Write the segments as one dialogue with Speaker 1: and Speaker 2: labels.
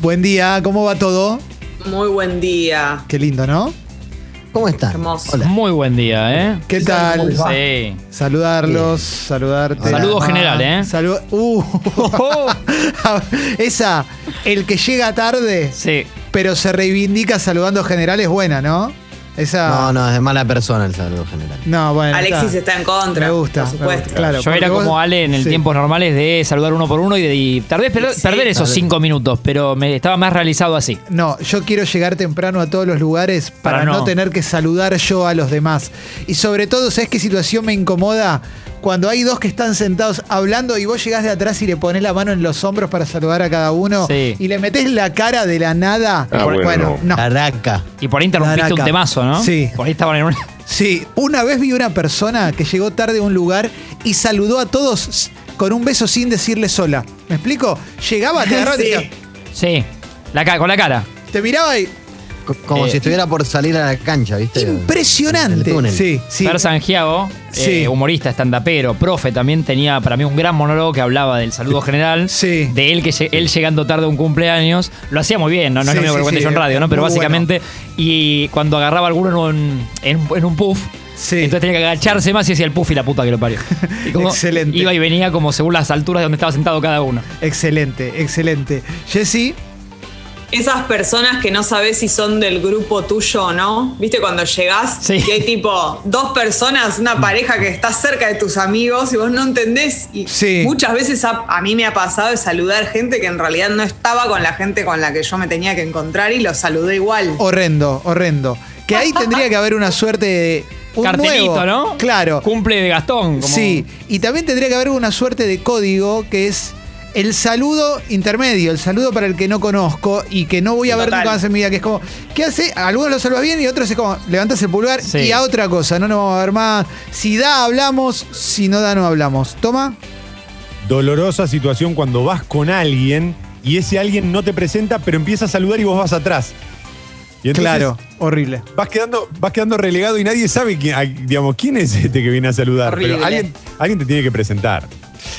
Speaker 1: Buen día, ¿cómo va todo?
Speaker 2: Muy buen día.
Speaker 1: Qué lindo, ¿no?
Speaker 3: ¿Cómo están?
Speaker 2: Hermoso.
Speaker 3: Hola.
Speaker 4: Muy buen día, ¿eh?
Speaker 1: ¿Qué tal?
Speaker 3: va?
Speaker 4: Sí.
Speaker 1: Saludarlos, saludarte.
Speaker 4: Saludo
Speaker 1: Ama.
Speaker 4: general, ¿eh?
Speaker 1: Salu- Uh.
Speaker 4: Oh.
Speaker 1: Esa, el que llega tarde,
Speaker 4: Sí.
Speaker 1: pero se reivindica saludando general es buena, ¿no? Esa.
Speaker 3: No, no, es de mala persona el saludo general.
Speaker 1: No, bueno.
Speaker 2: Alexis
Speaker 1: está.
Speaker 2: está en contra.
Speaker 1: Me gusta.
Speaker 2: Por
Speaker 1: me
Speaker 2: supuesto.
Speaker 1: gusta, claro,
Speaker 4: Yo era
Speaker 1: porque
Speaker 4: como
Speaker 1: vos-
Speaker 4: Ale en el
Speaker 1: sí.
Speaker 4: tiempos normales de saludar uno por uno y, de, y tal vez per-
Speaker 2: Sí,
Speaker 4: perder esos
Speaker 3: tal vez.
Speaker 4: cinco minutos, pero me estaba más realizado así.
Speaker 1: No, yo quiero llegar temprano a todos los lugares para,
Speaker 4: Para
Speaker 1: no.
Speaker 4: no.
Speaker 1: tener que saludar yo a los demás. Y sobre todo, ¿sabes qué situación me incomoda? Cuando hay dos que están sentados hablando y vos llegás de atrás y le pones la mano en los hombros para saludar a cada uno
Speaker 4: Sí.
Speaker 1: y le metés la cara de la nada.
Speaker 5: Ah, bueno,
Speaker 1: no.
Speaker 3: Caraca.
Speaker 4: Y por ahí interrumpiste
Speaker 1: Caraca.
Speaker 4: un temazo, ¿no?
Speaker 1: Sí.
Speaker 4: Por ahí estaban en una.
Speaker 1: Sí, una vez vi una persona que llegó tarde a un lugar y saludó a todos s- con un beso sin decirles sola. ¿Me explico? Llegaba, te agarraba y te
Speaker 2: Sí.
Speaker 1: decía-
Speaker 4: Sí. La ca- con la cara.
Speaker 1: te miraba y...
Speaker 3: Co- Como
Speaker 4: Eh,
Speaker 3: si estuviera por salir a la cancha, ¿viste? En el
Speaker 1: Impresionante.
Speaker 3: túnel.
Speaker 1: Sí, sí.
Speaker 4: Fer Sangiago,
Speaker 1: Sí.
Speaker 4: eh, humorista, estandapero, profe, también tenía para mí un gran monólogo que hablaba del saludo general.
Speaker 1: Sí.
Speaker 4: De él que lle- él llegando tarde a un cumpleaños. Lo hacía muy bien, no, no
Speaker 1: Sí,
Speaker 4: es lo mismo
Speaker 1: sí,
Speaker 4: que lo cuente
Speaker 1: sí,
Speaker 4: yo en radio, ¿no? Pero
Speaker 1: muy
Speaker 4: básicamente. Y cuando agarraba a alguno en un, en, un- en un puff.
Speaker 1: Sí.
Speaker 4: Entonces tenía que agacharse más y hacía el puff y la puta que lo parió. Y como
Speaker 1: Excelente.
Speaker 4: Iba y venía como según las alturas de donde estaba sentado cada uno.
Speaker 1: Excelente, excelente. Jessy,
Speaker 2: Esas personas que no sabes si son del grupo tuyo o no. ¿Viste cuando llegás
Speaker 4: Sí.
Speaker 2: y hay tipo dos personas, una pareja que está cerca de tus amigos y vos no entendés? Y
Speaker 1: Sí.
Speaker 2: muchas veces a, a mí me ha pasado de saludar gente que en realidad no estaba con la gente con la que yo me tenía que encontrar y los saludé igual.
Speaker 1: Oh. horrendo, horrendo. Que ahí tendría que haber una suerte de. Un
Speaker 4: Cartelito,
Speaker 1: nuevo.
Speaker 4: ¿no?
Speaker 1: Claro.
Speaker 4: Cumple de Gastón. como-
Speaker 1: Sí, y también tendría que haber una suerte de código que es el saludo intermedio, el saludo para el que no conozco y que no voy a ver
Speaker 2: Total.
Speaker 1: nunca más en mi vida, que es como, ¿qué hace? Algunos lo saludas bien y otros es como, levantas el pulgar
Speaker 4: Sí.
Speaker 1: y a otra cosa, no nos vamos a ver más. Si da, hablamos, si no da, no hablamos. Toma.
Speaker 5: Dolorosa situación cuando vas con alguien y ese alguien no te presenta, pero empieza a saludar y vos vas atrás. Y entonces
Speaker 1: claro, horrible.
Speaker 5: Vas quedando, vas quedando relegado y nadie sabe quién, a- digamos, quién es este que viene a saludar. Pero
Speaker 2: Horrible.
Speaker 5: alguien, alguien te tiene que presentar.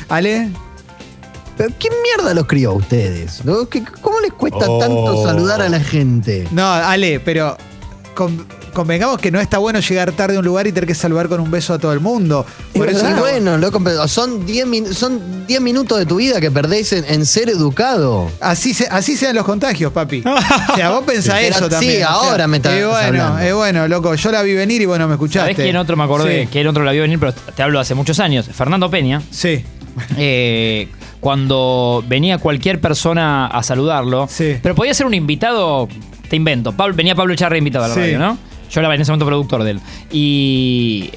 Speaker 1: Ale,
Speaker 3: ¿Pero ¿Qué mierda los crió a ustedes? no? ¿Qué- ¿Cómo les cuesta
Speaker 5: Oh.
Speaker 3: tanto saludar a la gente?
Speaker 1: No, Ale, pero con- convengamos que no está bueno llegar tarde a un lugar y tener que saludar con un beso a todo el mundo. Por
Speaker 3: Pero
Speaker 1: eso
Speaker 3: sí,
Speaker 1: digo,
Speaker 3: bueno, loco, pero son 10 min- son 10 minutos de tu vida que perdés en, en ser educado.
Speaker 1: Así, se- así sean los contagios, papi. O sea, vos pensás
Speaker 3: Pero
Speaker 1: eso
Speaker 3: sí,
Speaker 1: también. o sea,
Speaker 3: ahora me estás
Speaker 1: y bueno,
Speaker 3: hablando.
Speaker 1: es bueno, loco. Yo la vi venir y bueno, me escuchaste.
Speaker 4: ¿Sabés quién otro me acordé?
Speaker 1: Sí.
Speaker 4: Que el otro la vio venir, pero te hablo de hace muchos años. Fernando Peña.
Speaker 1: Sí.
Speaker 4: eh, cuando venía cualquier persona a saludarlo.
Speaker 1: Sí.
Speaker 4: Pero podía ser un invitado, te invento. Pablo, venía Pablo Echarri invitado a la
Speaker 1: Sí.
Speaker 4: radio, ¿no? Yo era en ese momento productor de él. Y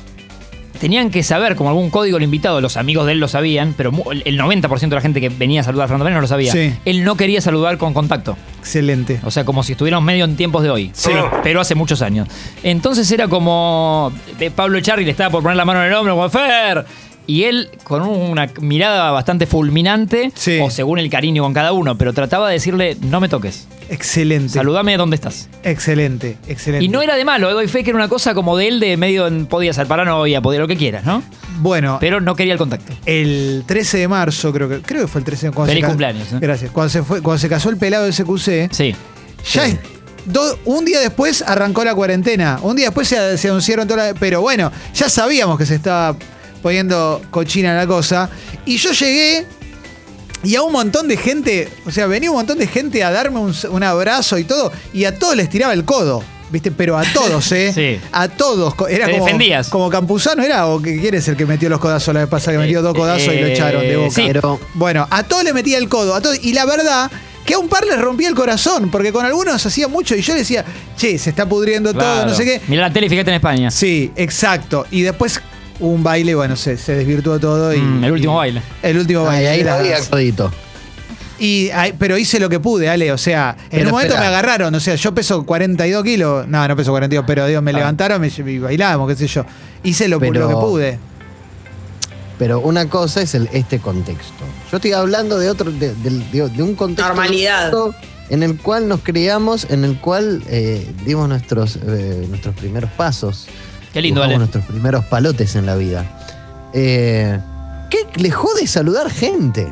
Speaker 4: tenían que saber, como algún código el invitado, los amigos de él lo sabían, pero mu- el 90% de la gente que venía a saludar a Fernando Peña no lo sabía.
Speaker 1: Sí.
Speaker 4: Él no quería saludar con contacto.
Speaker 1: Excelente.
Speaker 4: O sea, como si estuviéramos medio en tiempos de hoy.
Speaker 1: Sí.
Speaker 4: Pero, pero hace muchos años. Entonces era como. eh, Pablo Echarri le estaba por poner la mano en el hombro, como Fer. Y él, con una mirada bastante fulminante,
Speaker 1: Sí.
Speaker 4: o según el cariño con cada uno, pero trataba de decirle: no me toques,
Speaker 1: Excelente.
Speaker 4: saludame donde estás.
Speaker 1: Excelente, excelente.
Speaker 4: Y no era de malo, doy fe que era una cosa como de él, de medio en- podía ser paranoia, podía lo que quieras, ¿no?
Speaker 1: Bueno,
Speaker 4: Pero no quería el contacto.
Speaker 1: el 13 de marzo, creo que creo que fue el 13 de marzo.
Speaker 4: Feliz cumpleaños, ¿eh?
Speaker 1: Gracias. Cuando se, fue, cuando se casó el pelado de SQC,
Speaker 4: Sí.
Speaker 1: Ya es- do- un día después arrancó la cuarentena. Un día después se, se anunciaron todas las. Pero bueno, ya sabíamos que se estaba poniendo cochina la cosa. Y yo llegué. Y a un montón de gente, o sea, venía un montón de gente a darme un, s- un abrazo y todo, y a todos les tiraba el codo, ¿viste? Pero a todos, ¿eh?
Speaker 4: Sí.
Speaker 1: A todos. co- Era
Speaker 4: Te
Speaker 1: como,
Speaker 4: defendías.
Speaker 1: como Campuzano, ¿era? ¿O que- quién es el que metió los codazos la vez pasada? Que metió dos
Speaker 4: Eh,
Speaker 1: codazos y lo
Speaker 4: eh,
Speaker 1: echaron de boca.
Speaker 4: sí.
Speaker 3: Pero
Speaker 1: Bueno, a todos le metía el codo, a todos. Y la verdad que a un par les rompía el corazón, porque con algunos hacía mucho y yo les decía, che, se está pudriendo todo, no sé qué.
Speaker 4: Mirá la tele y fíjate en España.
Speaker 1: Sí, exacto. Y después hubo un baile, bueno, se, se desvirtuó todo. Y,
Speaker 4: Mm, el último
Speaker 1: y-
Speaker 4: baile.
Speaker 1: El último
Speaker 3: ay,
Speaker 1: baile.
Speaker 3: Ah, ahí
Speaker 1: y
Speaker 3: la
Speaker 1: la-
Speaker 3: había codito.
Speaker 1: y, ay, pero hice lo que pude, Ale. O sea, en
Speaker 3: Pero
Speaker 1: un momento
Speaker 3: espera.
Speaker 1: me agarraron. O sea, yo peso 42 kilos. No, no peso 42, pero Dios, me levantaron me, y bailábamos, qué sé yo. Hice lo,
Speaker 3: Ah. Pero-
Speaker 1: lo que pude.
Speaker 3: Pero una cosa es el, este contexto. Yo estoy hablando de otro, de, del- de- de un contexto
Speaker 2: Normalidad.
Speaker 3: en el cual nos criamos, en el cual eh, dimos nuestros, eh, nuestros primeros pasos,
Speaker 4: Qué lindo,
Speaker 3: dibujamos
Speaker 4: Ale.
Speaker 3: nuestros primeros palotes en la vida. Eh, ¿Qué le jode saludar gente?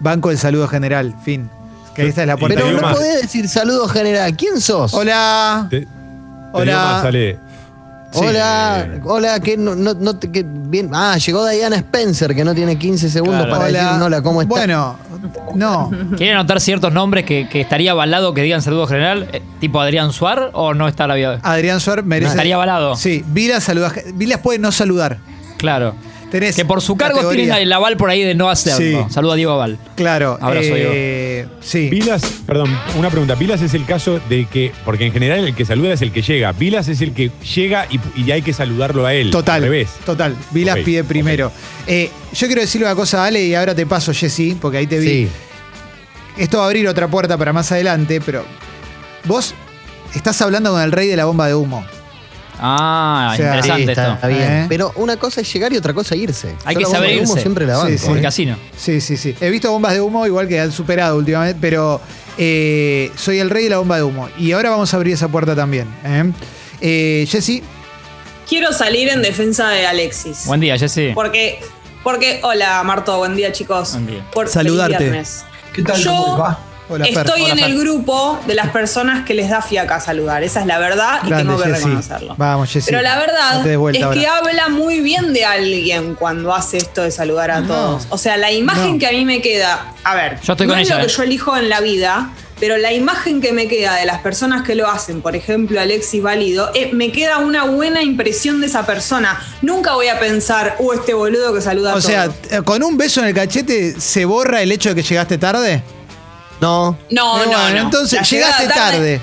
Speaker 1: Banco del saludo general, fin. Que ahí está la puerta.
Speaker 5: Te
Speaker 3: Pero
Speaker 5: digo
Speaker 3: no
Speaker 5: más.
Speaker 3: podés decir saludo general. ¿Quién sos?
Speaker 1: Hola.
Speaker 5: Te- te
Speaker 1: Hola.
Speaker 5: digo más, Ale.
Speaker 3: Hola,
Speaker 5: Sí.
Speaker 3: hola, que no, no, no te- que bien. Ah, llegó Diana Spencer, que no tiene 15 segundos
Speaker 4: Claro.
Speaker 3: para decir un hola, ¿cómo estás?
Speaker 1: Bueno, no.
Speaker 4: ¿Quieren anotar ciertos nombres que, que estaría avalado que digan saludo general? eh, ¿Tipo Adrián Suar o no está la vida?
Speaker 1: Adrián Suárez merece.
Speaker 4: Estaría avalado.
Speaker 1: Sí, Vilas saluda. Vilas puede no saludar.
Speaker 4: Claro.
Speaker 1: Tenés
Speaker 4: Que por su cargo
Speaker 1: categoría.
Speaker 4: tienen el aval por ahí de no hacerlo.
Speaker 1: Sí.
Speaker 4: Saludo a Diego Aval.
Speaker 1: Claro.
Speaker 4: Abrazo,
Speaker 1: eh, Sí.
Speaker 5: Vilas, perdón, una pregunta. Vilas es el caso de que, porque en general el que saluda es el que llega. Vilas es el que llega y, y hay que saludarlo a él.
Speaker 1: Total.
Speaker 5: Al revés.
Speaker 1: Total. Vilas
Speaker 5: Ok,
Speaker 1: pide primero. Eh, yo quiero decirle una cosa, Ale, y ahora te paso, Jessy, porque ahí te vi.
Speaker 3: Sí.
Speaker 1: Esto va a abrir otra puerta para más adelante, pero vos estás hablando con el rey de la bomba de humo.
Speaker 4: Ah,
Speaker 1: O sea,
Speaker 4: interesante
Speaker 3: Sí, está,
Speaker 4: esto.
Speaker 3: está bien.
Speaker 1: ¿Eh?
Speaker 3: Pero una cosa es llegar y otra cosa es irse.
Speaker 4: Hay
Speaker 3: Yo
Speaker 4: que
Speaker 3: la
Speaker 4: saber
Speaker 3: bomba de humo
Speaker 4: irse.
Speaker 3: siempre la
Speaker 1: Sí,
Speaker 3: banco.
Speaker 1: sí.
Speaker 4: Como el
Speaker 1: Porque
Speaker 3: ¿eh?
Speaker 4: casino.
Speaker 1: Sí, sí, sí. He visto bombas de humo igual que han superado últimamente, pero eh, soy el rey de la bomba de humo. Y ahora vamos a abrir esa puerta también. ¿eh? Eh, Jessy,
Speaker 2: Quiero salir en defensa de Alexis.
Speaker 4: Buen día, Jesse.
Speaker 2: Porque, porque, hola Marto, buen día chicos.
Speaker 4: Buen día.
Speaker 2: Por,
Speaker 6: Saludarte.
Speaker 2: feliz viernes.
Speaker 6: ¿Qué tal?
Speaker 2: Yo-
Speaker 6: ¿Cómo les va?
Speaker 1: hola, Fer.
Speaker 2: Estoy
Speaker 1: Hola,
Speaker 2: en
Speaker 1: Fer.
Speaker 2: el grupo de las personas que les da fiaca saludar. Esa es la verdad y
Speaker 1: Grande,
Speaker 2: tengo que
Speaker 1: Jessy.
Speaker 2: reconocerlo.
Speaker 1: Vamos, Jessy.
Speaker 2: Pero la
Speaker 1: No
Speaker 2: verdad
Speaker 1: te des vuelta
Speaker 2: es que
Speaker 1: ahora.
Speaker 2: habla muy bien de alguien cuando hace esto de saludar a
Speaker 1: No.
Speaker 2: todos. O sea, la imagen
Speaker 1: No.
Speaker 2: que a mí me queda, a ver,
Speaker 4: Yo estoy
Speaker 2: no
Speaker 4: con
Speaker 2: es
Speaker 4: ella,
Speaker 2: lo
Speaker 4: eh.
Speaker 2: que yo elijo en la vida, pero la imagen que me queda de las personas que lo hacen, por ejemplo, Alexis Válido, eh, me queda una buena impresión de esa persona. Nunca voy a pensar, uh, este boludo que saluda a
Speaker 1: O
Speaker 2: todos.
Speaker 1: sea, t- con un beso en el cachete se borra el hecho de que llegaste tarde.
Speaker 3: No.
Speaker 2: no,
Speaker 1: Pero
Speaker 2: no,
Speaker 1: bueno,
Speaker 2: no.
Speaker 1: Entonces
Speaker 2: La llegada
Speaker 1: llegaste tarde.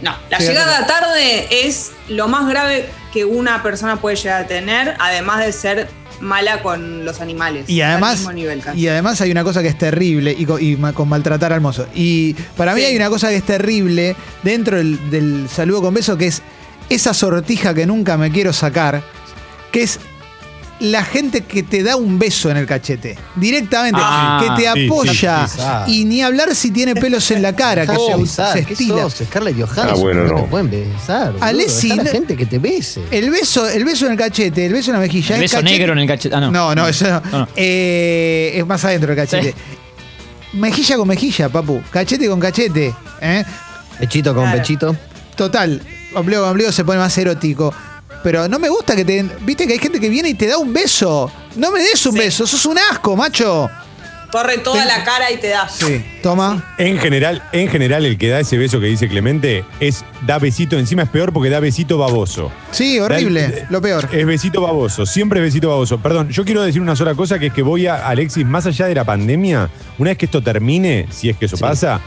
Speaker 2: No, la
Speaker 1: Llega
Speaker 2: llegada tarde es lo más grave que una persona puede llegar a tener, además de ser mala con los animales.
Speaker 1: Y
Speaker 2: Al
Speaker 1: además,
Speaker 2: mismo nivel, casi.
Speaker 1: y además hay una cosa que es terrible y co- y ma- con, maltratar al mozo. Y para mí
Speaker 2: Sí.
Speaker 1: hay una cosa que es terrible dentro del, del saludo con beso que es esa sortija que nunca me quiero sacar, que es la gente que te da un beso en el cachete, directamente,
Speaker 4: Ah,
Speaker 1: que te
Speaker 5: sí,
Speaker 1: apoya
Speaker 3: sí, sí.
Speaker 1: y ni hablar si tiene pelos en la cara, que
Speaker 3: Dejá de
Speaker 1: se-
Speaker 3: besar.
Speaker 1: se
Speaker 3: ¿Qué
Speaker 1: estila.
Speaker 3: sos? Scarlett Johansson.
Speaker 7: Ah, bueno,
Speaker 3: te
Speaker 7: no.
Speaker 3: pueden besar. boludo.
Speaker 1: Alessi,
Speaker 3: Dejá
Speaker 1: no-
Speaker 3: a
Speaker 1: Eh.
Speaker 3: la gente que te bese.
Speaker 1: El beso, el beso en el cachete, el beso en la mejilla.
Speaker 4: El
Speaker 1: es
Speaker 4: beso
Speaker 1: cachete-
Speaker 4: negro en el cachete. Ah, no.
Speaker 1: No, Ah. no, eso no.
Speaker 4: no.
Speaker 1: Eh, es más adentro el cachete. Mejilla con mejilla, papu. Cachete con cachete. ¿eh?
Speaker 3: Pechito con
Speaker 2: Claro.
Speaker 3: pechito.
Speaker 1: Total, ombligo con ombligo se pone más erótico. Pero no me gusta que te den. Viste que hay gente que viene y te da un beso. No me des un
Speaker 2: Sí.
Speaker 1: beso, sos un asco, macho.
Speaker 2: Corre toda la cara y te da.
Speaker 1: Sí. Toma.
Speaker 5: En general, en general, el que da ese beso que dice Clemente es da besito, encima es peor porque da besito baboso.
Speaker 1: Sí,
Speaker 5: Da-
Speaker 1: horrible. Lo peor.
Speaker 5: Es besito baboso, siempre es besito baboso. Perdón, yo quiero decir una sola cosa que es que voy a, Alexis, más allá de la pandemia, una vez que esto termine, si es que eso pasa,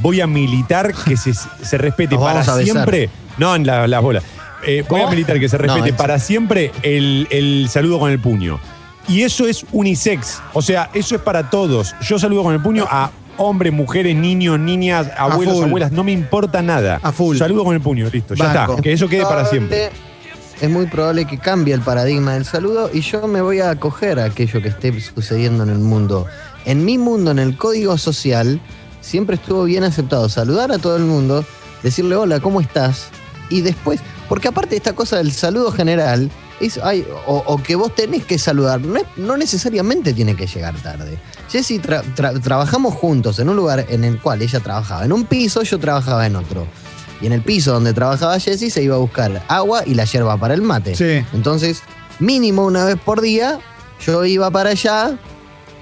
Speaker 5: voy a militar que se, se respete
Speaker 3: Nos
Speaker 5: para
Speaker 3: vamos a besar.
Speaker 5: siempre. No, en la- las bolas. Eh, voy a
Speaker 3: ¿Cómo?
Speaker 5: militar que se
Speaker 3: No,
Speaker 5: respete
Speaker 3: en-
Speaker 5: para siempre el, el saludo con el puño. Y eso es unisex. O sea, eso es para todos. Yo saludo con el puño a hombres, mujeres, niños, niñas, abuelos,
Speaker 1: full.
Speaker 5: abuelas. No me importa nada.
Speaker 1: A full.
Speaker 5: Saludo con el puño, listo. Ya
Speaker 1: Banco.
Speaker 5: está. Que eso quede para siempre.
Speaker 3: Es muy probable que cambie el paradigma del saludo y yo me voy a acoger a aquello que esté sucediendo en el mundo. En mi mundo, en el código social, siempre estuvo bien aceptado saludar a todo el mundo, decirle hola, ¿cómo estás? Y después, porque aparte de esta cosa del saludo general, es, ay, o, o que vos tenés que saludar, no, es- no necesariamente tiene que llegar tarde. Jessy, tra- tra- trabajamos juntos en un lugar en el cual ella trabajaba en un piso, yo trabajaba en otro. Y en el piso donde trabajaba Jessy se iba a buscar agua y la yerba para el mate.
Speaker 1: Sí.
Speaker 3: Entonces, mínimo una vez por día, yo iba para allá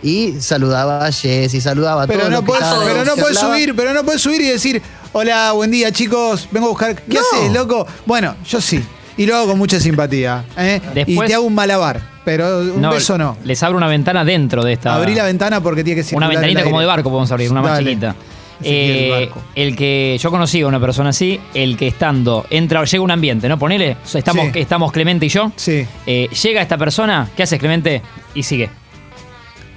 Speaker 3: y saludaba a Jessy, saludaba a
Speaker 1: Pero
Speaker 3: todos
Speaker 1: no
Speaker 3: los que
Speaker 1: podés,
Speaker 3: estaban
Speaker 1: pero
Speaker 3: ahí,
Speaker 1: no
Speaker 3: se
Speaker 1: podés
Speaker 3: hablaba.
Speaker 1: subir, pero no podés subir y decir, hola, buen día, chicos, vengo a buscar. ¿Qué
Speaker 3: No.
Speaker 1: haces, loco? Bueno, yo sí. Y lo hago con mucha simpatía. ¿eh?
Speaker 4: Después-
Speaker 1: y te hago un malabar. Pero un beso no.
Speaker 4: Les abro una ventana dentro de esta.
Speaker 1: Abrí la ventana porque tiene que ser.
Speaker 4: Una ventanita como de barco podemos abrir, una más
Speaker 1: Dale.
Speaker 4: chiquita.
Speaker 1: Sí, el
Speaker 4: Eh,
Speaker 1: barco.
Speaker 4: el que yo conocí a una persona así, el que estando, entra, llega un ambiente, ¿no? Ponele, o sea, estamos,
Speaker 1: Sí.
Speaker 4: estamos Clemente y yo.
Speaker 1: Sí.
Speaker 4: Eh, llega esta persona, ¿qué haces Clemente? Y sigue.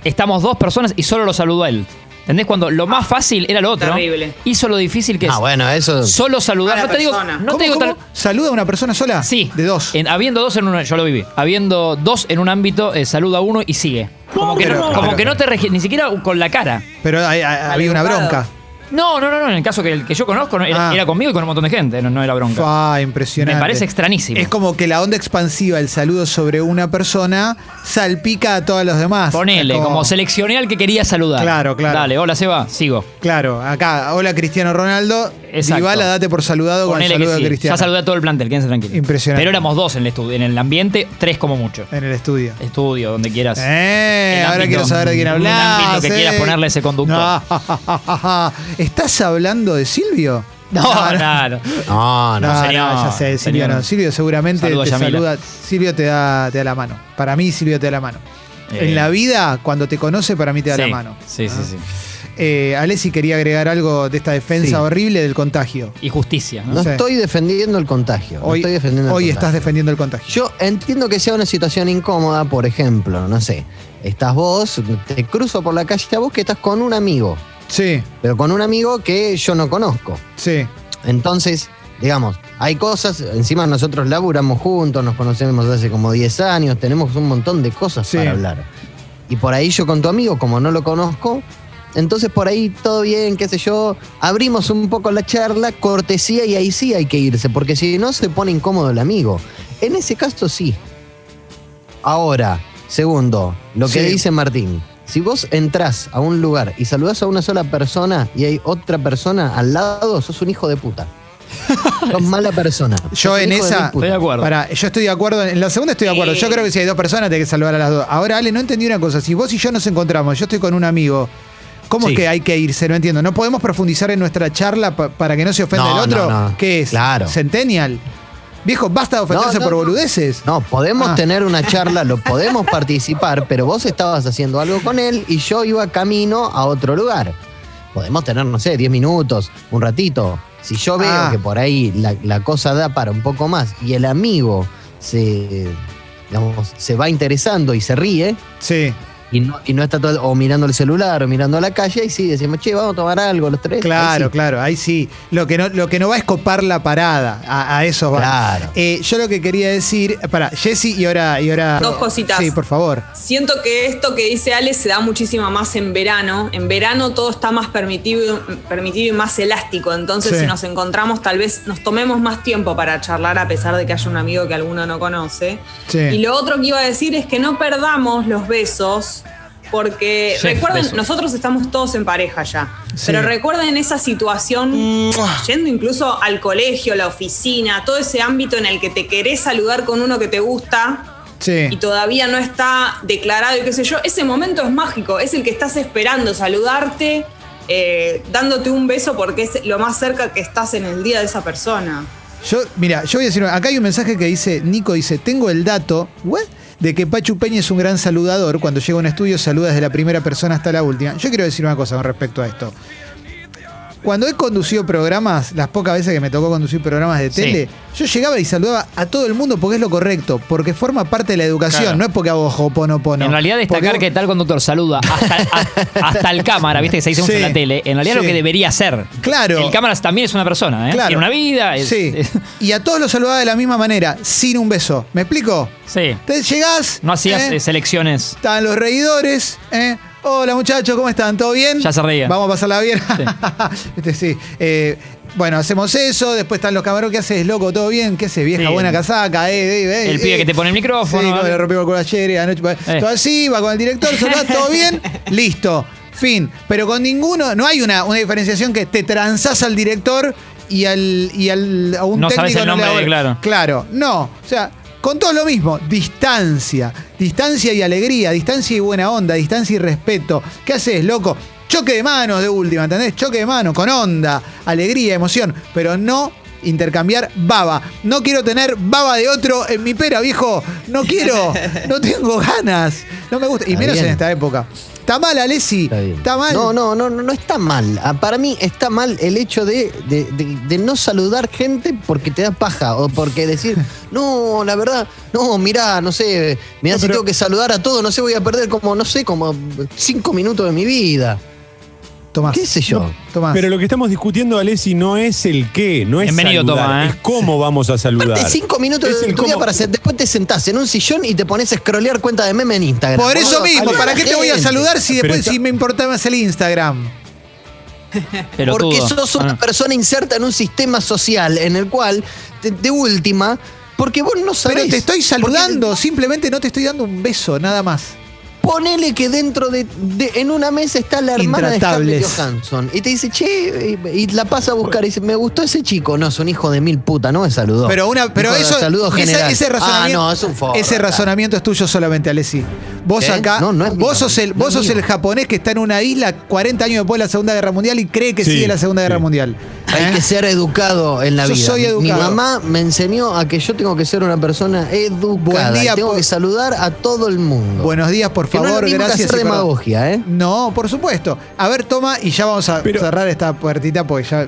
Speaker 4: Estamos dos personas y solo lo saludó a él. ¿Entendés? Cuando lo más fácil era lo otro,
Speaker 2: Terrible.
Speaker 4: hizo lo difícil que es.
Speaker 3: Ah, bueno, eso.
Speaker 4: Solo saludar.
Speaker 2: A la
Speaker 4: No te digo,
Speaker 2: persona.
Speaker 4: no te
Speaker 1: ¿Cómo,
Speaker 4: digo
Speaker 1: cómo?
Speaker 4: tal-
Speaker 1: ¿Saluda a una persona sola?
Speaker 4: Sí.
Speaker 1: De dos.
Speaker 4: En- habiendo dos en uno, yo lo viví. Habiendo dos en un ámbito, eh, saluda a uno y sigue. Como que, no,
Speaker 1: Pero-
Speaker 4: como
Speaker 1: pero-
Speaker 4: que no te regi- ni siquiera con la cara.
Speaker 1: Pero hay- hay- había una
Speaker 2: Maleducado.
Speaker 1: bronca.
Speaker 4: No, no, no, no. En el caso que, el que yo conozco, no, era,
Speaker 1: Ah.
Speaker 4: era conmigo y con un montón de gente. No, no era bronca.
Speaker 1: Fa, impresionante.
Speaker 4: Me parece extrañísimo.
Speaker 1: Es como que la onda expansiva, el saludo sobre una persona, salpica a todos los demás.
Speaker 4: Ponele,
Speaker 1: Es
Speaker 4: como... seleccioné al que quería saludar.
Speaker 1: Claro, claro.
Speaker 4: Dale, hola Seba, sigo.
Speaker 1: Claro, acá, hola Cristiano Ronaldo.
Speaker 4: Exacto.
Speaker 1: Dybala, date por saludado con el
Speaker 4: Ponele
Speaker 1: saludo
Speaker 4: que
Speaker 1: de
Speaker 4: sí.
Speaker 1: Cristiano.
Speaker 4: Ya saludé a todo el plantel, quédense tranquilos.
Speaker 1: Impresionante.
Speaker 4: Pero éramos dos en el estudio, en el ambiente, tres como mucho.
Speaker 1: En el estudio.
Speaker 4: Estudio, donde quieras.
Speaker 1: Eh,
Speaker 4: El
Speaker 1: ahora
Speaker 4: ámbito-
Speaker 1: quiero saber de quién
Speaker 4: un
Speaker 1: hablas.
Speaker 4: ámbito que
Speaker 1: eh.
Speaker 4: quieras ponerle a ese conductor.
Speaker 1: No. ¿Estás hablando de Silvio?
Speaker 4: No, claro.
Speaker 5: Ah,
Speaker 3: No, no.
Speaker 1: No,
Speaker 4: señor,
Speaker 1: no, ya sé, Silvio
Speaker 4: señor.
Speaker 1: no. Silvio seguramente
Speaker 4: Saludo a
Speaker 1: te
Speaker 4: Yamila.
Speaker 1: saluda. Silvio te da, te da la mano. Para mí, Silvio te da la mano.
Speaker 4: Eh.
Speaker 1: En la vida, cuando te conoce, para mí te da
Speaker 4: sí,
Speaker 1: la mano.
Speaker 4: Sí, sí, sí.
Speaker 1: Eh, Alessi quería agregar algo de esta defensa
Speaker 3: Sí.
Speaker 1: horrible del contagio.
Speaker 4: Y justicia. ¿no?
Speaker 3: No
Speaker 1: sé.
Speaker 3: estoy defendiendo el contagio. no
Speaker 1: Hoy,
Speaker 3: estoy defendiendo el
Speaker 1: hoy
Speaker 3: contagio.
Speaker 1: estás defendiendo el contagio.
Speaker 3: Yo entiendo que sea una situación incómoda, por ejemplo, no sé, estás vos, te cruzo por la calle a vos que estás con un amigo,
Speaker 1: Sí,
Speaker 3: pero con un amigo que yo no conozco.
Speaker 1: sí.
Speaker 3: Entonces, digamos, hay cosas, encima nosotros laburamos juntos, nos conocemos hace como 10 años, tenemos un montón de cosas
Speaker 1: Sí.
Speaker 3: para hablar. Y por ahí yo con tu amigo, como no lo conozco, entonces por ahí todo bien, qué sé yo, abrimos un poco la charla, cortesía y ahí sí hay que irse, porque si no se pone incómodo el amigo. En ese caso sí. Ahora, segundo, lo que
Speaker 1: Sí.
Speaker 3: dice Martín. Si vos entrás a un lugar y saludás a una sola persona y hay otra persona al lado, sos un hijo de puta. sos mala persona.
Speaker 1: Yo
Speaker 3: Sos un
Speaker 1: en
Speaker 3: hijo de
Speaker 1: esa-
Speaker 3: mil putas.
Speaker 4: Estoy de acuerdo.
Speaker 1: Pará, yo estoy de acuerdo. En la segunda estoy de acuerdo.
Speaker 4: Sí.
Speaker 1: Yo creo que si hay dos personas, tenés que salvar a las dos. Ahora, Ale, no entendí una cosa. Si vos y yo nos encontramos, yo estoy con un amigo. ¿Cómo
Speaker 3: Sí.
Speaker 1: es que hay que irse? No entiendo. ¿No podemos profundizar en nuestra charla pa- para que no se ofenda
Speaker 3: No,
Speaker 1: el otro?
Speaker 3: no, no.
Speaker 1: ¿Qué es?
Speaker 3: Claro.
Speaker 1: ¿Centennial? Viejo, basta de ofenderse
Speaker 3: No, no,
Speaker 1: por
Speaker 3: no.
Speaker 1: boludeces.
Speaker 3: No, podemos
Speaker 1: Ah.
Speaker 3: tener una charla, lo podemos participar, pero vos estabas haciendo algo con él y yo iba camino a otro lugar. Podemos tener, no sé, 10 minutos, un ratito. Si yo veo
Speaker 1: Ah.
Speaker 3: que por ahí la, la cosa da para un poco más y el amigo se, digamos, se va interesando y se ríe
Speaker 1: Sí,
Speaker 3: y no, y no está todo, o mirando el celular o mirando a la calle, y sí, decimos, che, vamos a tomar algo los tres.
Speaker 1: claro,
Speaker 3: Ahí sí.
Speaker 1: claro. Ahí sí. Lo que no, lo que no va es copar la parada. A, a eso va.
Speaker 3: Claro.
Speaker 1: Eh, yo lo que quería decir. Para, Jessy y ahora, y ahora.
Speaker 2: Dos cositas.
Speaker 1: Sí, por favor.
Speaker 2: Siento que esto que dice Ale se da muchísimo más en verano. En verano todo está más permitido, permitido y más elástico. Entonces,
Speaker 1: Sí.
Speaker 2: si nos encontramos, tal vez nos tomemos más tiempo para charlar, a pesar de que haya un amigo que alguno no conoce.
Speaker 1: Sí.
Speaker 2: Y lo otro que iba a decir es que no perdamos los besos, porque
Speaker 4: Sí,
Speaker 2: recuerden,
Speaker 4: besos.
Speaker 2: nosotros estamos todos en pareja ya.
Speaker 1: Sí.
Speaker 2: Pero recuerden esa situación, yendo incluso al colegio, la oficina, todo ese ámbito en el que te querés saludar con uno que te gusta
Speaker 1: Sí.
Speaker 2: y todavía no está declarado y qué sé yo, ese momento es mágico, es el que estás esperando, saludarte, eh, dándote un beso porque es lo más cerca que estás en el día de esa persona.
Speaker 1: Yo, mira, yo voy a decir, acá hay un mensaje que dice, Nico dice, tengo el dato, ¿what? De que Pachu Peña es un gran saludador, cuando llega a un estudio saluda desde la primera persona hasta la última. Yo quiero decir una cosa con respecto a esto. Cuando he conducido programas, las pocas veces que me tocó conducir programas de
Speaker 4: Sí.
Speaker 1: tele, yo llegaba y saludaba a todo el mundo porque es lo correcto, porque forma parte de la educación,
Speaker 4: Claro.
Speaker 1: no es porque hago pono pono.
Speaker 4: En realidad destacar que tal conductor saluda hasta, a- hasta el cámara, viste que se dice mucho
Speaker 1: Sí,
Speaker 4: en la tele, en realidad
Speaker 1: sí.
Speaker 4: lo que debería ser.
Speaker 1: Claro.
Speaker 4: El cámara también es una persona, ¿eh?
Speaker 1: Claro.
Speaker 4: Tiene una vida. es-
Speaker 1: Sí.
Speaker 4: es-
Speaker 1: Y a todos los saludaba de la misma manera, sin un beso. ¿Me explico?
Speaker 4: sí.
Speaker 1: Te llegás.
Speaker 4: No hacías
Speaker 1: ¿eh?
Speaker 4: eh, selecciones.
Speaker 1: Estaban los reidores. ¿eh? Hola muchachos, ¿cómo están? ¿Todo bien?
Speaker 4: Ya se reían.
Speaker 1: Vamos a pasarla bien. Este, sí. Eh, bueno, hacemos eso. Después están los camarones. ¿Qué haces, loco? ¿Todo bien? ¿Qué haces? Vieja,
Speaker 4: Sí.
Speaker 1: buena casaca. Eh, eh, eh,
Speaker 4: El
Speaker 1: eh.
Speaker 4: pibe que te pone el micrófono,
Speaker 1: Sí, como
Speaker 4: ¿vale? Eh.
Speaker 1: le rompió el culo ayer. y Anoche, Todo así, va con el director. saludá, ¿Todo bien? Listo. Fin. Pero con ninguno. No hay una, una diferenciación que te transás al director y al, y al a un
Speaker 4: No
Speaker 1: técnico
Speaker 4: sabes el
Speaker 1: no le
Speaker 4: nombre de-
Speaker 1: hago-
Speaker 4: claro.
Speaker 1: Claro, no. O sea, con todo lo mismo, distancia. Distancia y alegría, distancia y buena onda, distancia y respeto. ¿Qué haces, loco? Choque de manos de última, ¿entendés? Choque de manos, con onda, alegría, emoción, pero no intercambiar baba. No quiero tener baba de otro en mi pera, viejo. No quiero, no tengo ganas. No me gusta, y
Speaker 3: Está
Speaker 1: menos
Speaker 3: bien.
Speaker 1: en esta época. Está mal, Alessi.
Speaker 3: Está
Speaker 1: Está,
Speaker 3: bien.
Speaker 1: mal.
Speaker 3: No, no, no, no no está mal. Ah, Para mí está mal el hecho de, de- de- de no saludar gente porque te da paja o porque decir, no, la verdad, no, mirá, no sé, mirá
Speaker 1: No,
Speaker 3: si
Speaker 1: pero-
Speaker 3: tengo que saludar a todos, no sé, voy a perder como, no sé, como cinco minutos de mi vida.
Speaker 1: Tomás.
Speaker 3: ¿Qué sé yo?
Speaker 1: Tomás.
Speaker 5: Pero lo que estamos discutiendo, Alessi, no es el qué, no es
Speaker 4: Bienvenido,
Speaker 5: saludar,
Speaker 4: Toma, ¿eh?
Speaker 5: es cómo vamos a saludar.
Speaker 3: Aparte, cinco minutos
Speaker 5: Es
Speaker 3: de
Speaker 5: el
Speaker 3: tu día
Speaker 5: cómo-
Speaker 3: para hacer. Después te sentás en un sillón y te pones a scrollear cuenta de meme en Instagram.
Speaker 1: Por eso
Speaker 3: Boludo,
Speaker 1: mismo,
Speaker 3: saluda
Speaker 1: ¿para
Speaker 3: a
Speaker 1: qué te voy a
Speaker 3: gente.
Speaker 1: saludar si
Speaker 5: Pero
Speaker 1: después
Speaker 5: está-
Speaker 1: si me importa más el Instagram?
Speaker 4: Pelotudo.
Speaker 3: Porque sos una
Speaker 4: Ah.
Speaker 3: persona inserta en un sistema social en el cual, de, de última, porque vos no sabés.
Speaker 1: Pero te estoy
Speaker 3: Porque
Speaker 1: saludando, simplemente no te estoy dando un beso, nada más.
Speaker 3: Ponele que dentro de, de- en una mesa está la hermana de Scarlett
Speaker 1: Intratables.
Speaker 3: Johansson y te dice, "Che", eh, y, y la pasa a buscar y dice, "Me gustó ese chico." No, es un hijo de mil puta, no me saludó.
Speaker 1: Pero una, pero
Speaker 3: Dijo,
Speaker 1: eso,
Speaker 3: saludo
Speaker 1: esa-
Speaker 3: general.
Speaker 1: ese razonamiento,
Speaker 3: Ah, no, es un forro,
Speaker 1: ese
Speaker 3: está.
Speaker 1: razonamiento es tuyo solamente, Alessi. Vos
Speaker 3: ¿Eh?
Speaker 1: acá,
Speaker 3: No, no es mío,
Speaker 1: vos sos el,
Speaker 3: no
Speaker 1: vos
Speaker 3: es
Speaker 1: sos
Speaker 3: mío.
Speaker 1: el japonés que está en una isla 40 años después de la Segunda Guerra Mundial y cree que
Speaker 5: Sí,
Speaker 1: sigue la Segunda Guerra
Speaker 5: sí.
Speaker 1: Mundial.
Speaker 3: Hay
Speaker 1: ¿Eh?
Speaker 3: que ser educado en la
Speaker 1: Yo
Speaker 3: vida.
Speaker 1: soy educado.
Speaker 3: Mi mamá me enseñó a que yo tengo que ser una persona educada.
Speaker 1: Buen día,
Speaker 3: y tengo
Speaker 1: po-
Speaker 3: que saludar a todo el mundo.
Speaker 1: Buenos días, por
Speaker 3: Que no es lo
Speaker 1: favor,
Speaker 3: mismo que
Speaker 1: gracias.
Speaker 3: hacer
Speaker 1: y perdón.
Speaker 3: demagogia, ¿eh?
Speaker 1: No, por supuesto. A ver, toma y ya vamos a
Speaker 5: Pero-
Speaker 1: cerrar esta puertita porque ya. eh,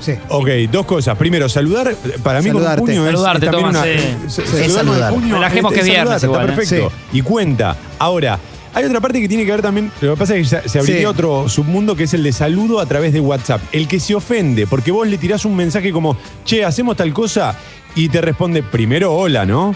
Speaker 1: sí.
Speaker 5: Ok, dos cosas. Primero, saludar, para mí
Speaker 1: Saludarte.
Speaker 5: con un puño es-
Speaker 4: Saludarte,
Speaker 5: es, también
Speaker 4: Tomás, sí.
Speaker 5: una- eh, sa-
Speaker 3: Sí,
Speaker 5: saludar con el
Speaker 3: saludar.
Speaker 5: puño
Speaker 4: Relajemos
Speaker 5: es-
Speaker 4: que
Speaker 5: es
Speaker 4: viernes
Speaker 5: saludarte,
Speaker 4: igual, ¿eh?
Speaker 5: está perfecto. Y cuenta. Ahora, hay otra parte que tiene que ver también, lo que pasa es que se- se abriría
Speaker 1: Sí.
Speaker 5: otro submundo que es el de saludo a través de WhatsApp. El que se ofende, porque vos le tirás un mensaje como, che, hacemos tal cosa, y te responde, primero hola, ¿no?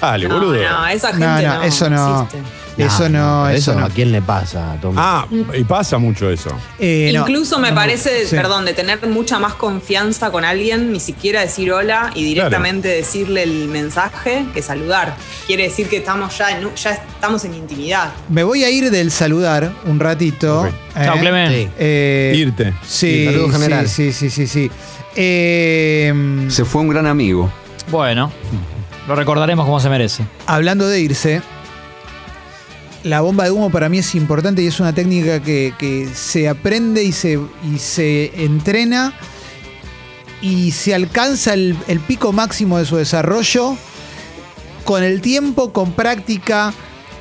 Speaker 5: Dale,
Speaker 2: No,
Speaker 5: boludo.
Speaker 2: no, esa gente
Speaker 1: No,
Speaker 2: no.
Speaker 1: no, eso no.
Speaker 2: existe.
Speaker 1: Eso no,
Speaker 3: pero
Speaker 1: eso, no.
Speaker 3: ¿A quién le pasa, Tomás?
Speaker 5: Ah, y pasa mucho eso.
Speaker 1: Eh, no.
Speaker 2: Incluso me
Speaker 1: No,
Speaker 2: parece,
Speaker 1: sí.
Speaker 2: perdón, de tener mucha más confianza con alguien, ni siquiera decir hola y directamente decirle el mensaje que saludar. Quiere decir que estamos ya en, un- ya estamos en intimidad.
Speaker 1: Me voy a ir del saludar un ratito.
Speaker 5: Ok.
Speaker 4: Chao,
Speaker 1: ¿eh?
Speaker 4: Clemen.
Speaker 3: Sí.
Speaker 1: Eh,
Speaker 5: Irte.
Speaker 1: Sí,
Speaker 3: Saludo general.
Speaker 1: sí, sí, sí, sí. sí. Eh,
Speaker 6: Se fue un gran amigo.
Speaker 4: Bueno, lo recordaremos como se merece.
Speaker 1: hablando de irse, la bomba de humo para mí es importante y es una técnica que, que se aprende y se, y se entrena y se alcanza el, el pico máximo de su desarrollo con el tiempo, con práctica,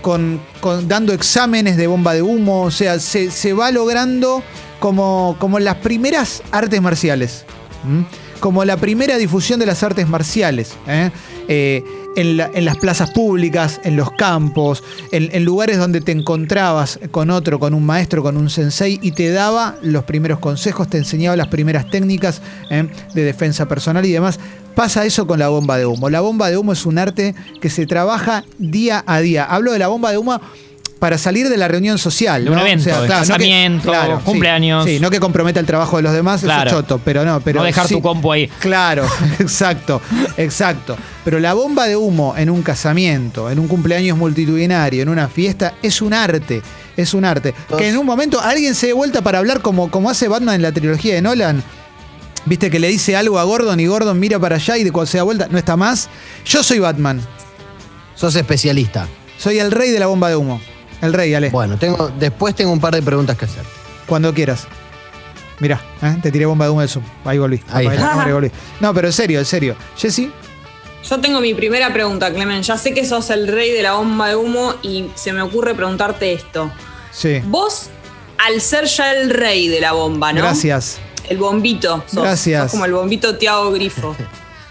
Speaker 1: con, con- dando exámenes de bomba de humo, o sea, se, se va logrando como, como las primeras artes marciales, ¿m? como la primera difusión de las artes marciales, ¿eh? Eh, en, la- en las plazas públicas, en los campos, en, en lugares donde te encontrabas con otro, con un maestro, con un sensei, y te daba los primeros consejos, te enseñaba las primeras técnicas ¿eh? de defensa personal y demás. Pasa eso con la bomba de humo. La bomba de humo es un arte que se trabaja día a día. Hablo de la bomba de humo para salir de la reunión social.
Speaker 4: De un
Speaker 1: ¿no?
Speaker 4: evento, de casamiento,
Speaker 1: sí,
Speaker 4: cumpleaños.
Speaker 1: Sí, no que comprometa el trabajo de los demás,
Speaker 4: Claro.
Speaker 1: eso es choto, pero no. Pero
Speaker 4: no dejar
Speaker 1: sí.
Speaker 4: tu compu ahí.
Speaker 1: Claro, exacto, exacto. Pero la bomba de humo en un casamiento, en un cumpleaños multitudinario, en una fiesta, es un arte. Es un arte. Que en un momento alguien se dé vuelta para hablar como, como hace Batman en la trilogía de Nolan. Viste que le dice algo a Gordon y Gordon mira para allá y de cuando se da vuelta no está más. Yo soy Batman.
Speaker 3: Sos especialista.
Speaker 1: Soy el rey de la bomba de humo. El rey, Ale.
Speaker 3: Bueno, tengo, después tengo un par de preguntas que hacer.
Speaker 1: Cuando quieras. Mirá, ¿eh? te tiré bomba de humo del Zoom. Ahí volví.
Speaker 3: Ahí
Speaker 1: Apagué la
Speaker 2: está.
Speaker 1: cámara y volví. No, pero en serio, en serio. Jessy,
Speaker 2: Yo tengo mi primera pregunta, Clemen. Ya sé que sos el rey de la bomba de humo y se me ocurre preguntarte esto.
Speaker 1: sí.
Speaker 2: Vos, al ser ya el rey de la bomba, ¿Ah, ¿no?
Speaker 1: Gracias.
Speaker 2: El bombito. Sos,
Speaker 1: Gracias.
Speaker 2: sos como el bombito Tiago Grifo.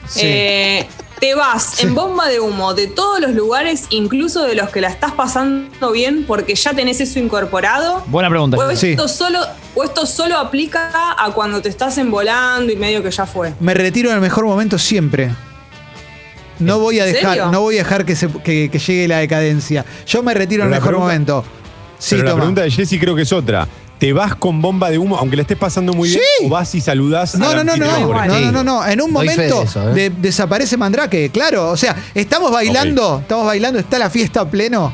Speaker 1: Sí.
Speaker 2: Eh, te vas en bomba de humo de todos los lugares, incluso de los que la estás pasando bien, porque ya tenés eso incorporado.
Speaker 4: Buena pregunta.
Speaker 2: O
Speaker 1: Sí.
Speaker 2: esto, solo, o esto solo aplica a cuando te estás envolando y medio que ya fue.
Speaker 1: Me retiro en el mejor momento siempre. No voy a
Speaker 2: ¿En
Speaker 1: dejar,
Speaker 2: serio?
Speaker 1: no voy a dejar que, se- que- que llegue la decadencia. Yo me retiro en el
Speaker 5: Pero la
Speaker 1: mejor
Speaker 5: pregunta-
Speaker 1: momento. Sí,
Speaker 5: Pero la
Speaker 1: toma.
Speaker 5: pregunta de Jessy creo que es otra. ¿Te vas con bomba de humo, aunque la estés pasando muy bien,
Speaker 1: Sí.
Speaker 5: o vas y saludás
Speaker 1: No,
Speaker 5: al
Speaker 1: no, no, no,
Speaker 5: anfitrión, por
Speaker 1: no,
Speaker 5: ejemplo?
Speaker 1: no, no, no. En un
Speaker 3: Doy fe de
Speaker 1: momento
Speaker 3: eso, ¿eh?
Speaker 1: de- desaparece Mandrake, claro. O sea, estamos bailando, estamos bailando, está la fiesta a pleno,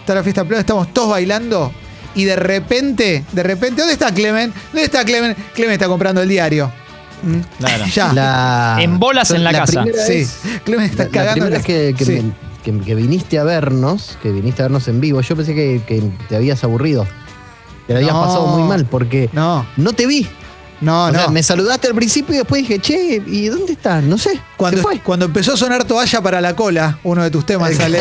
Speaker 1: está la fiesta a pleno, estamos todos bailando y de repente, de repente, ¿dónde está Clemen? ¿Dónde está Clemen? Clemen está comprando el diario. Mm,
Speaker 4: Claro.
Speaker 1: Ya.
Speaker 3: La-
Speaker 4: En bolas en la casa.
Speaker 3: primera
Speaker 1: sí.
Speaker 3: es-
Speaker 1: Clemen está
Speaker 3: La- la
Speaker 1: cagando.
Speaker 3: primera
Speaker 1: en
Speaker 3: vez que, que
Speaker 1: Sí.
Speaker 3: me- que- que viniste a vernos, que viniste a vernos en vivo, yo pensé que, que te habías aburrido. Te la habías
Speaker 1: No.
Speaker 3: pasado muy mal porque no,
Speaker 1: No,
Speaker 3: te vi.
Speaker 1: no,
Speaker 3: O
Speaker 1: no.
Speaker 3: sea, me saludaste al principio y después dije, che, ¿y dónde estás? No sé.
Speaker 1: Cuando,
Speaker 3: se fue.
Speaker 1: cuando empezó a sonar toalla para la cola, uno de tus temas sale.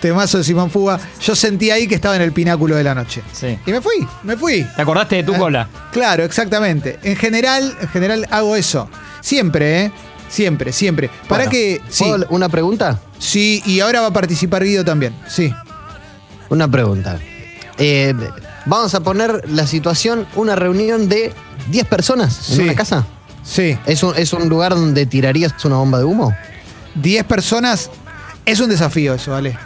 Speaker 1: Temazo de Simón Fuga. Yo sentí ahí que estaba en el pináculo de la noche.
Speaker 4: Sí.
Speaker 1: Y me fui, me fui.
Speaker 4: ¿Te acordaste de
Speaker 1: Ah,
Speaker 4: tu cola?
Speaker 1: Claro, exactamente. En general, en general hago eso. Siempre, ¿eh? Siempre, siempre. Para
Speaker 3: Bueno,
Speaker 1: que. Sí,
Speaker 3: ¿puedo ¿Una pregunta?
Speaker 1: sí, y ahora va a participar Guido también. Sí.
Speaker 3: Una pregunta. Eh, vamos a poner la situación, una reunión de 10 personas en
Speaker 1: Sí.
Speaker 3: una casa.
Speaker 1: Sí.
Speaker 3: ¿Es un, ¿Es un lugar donde tirarías una bomba de humo?
Speaker 1: 10 personas. Es un desafío eso, ¿vale?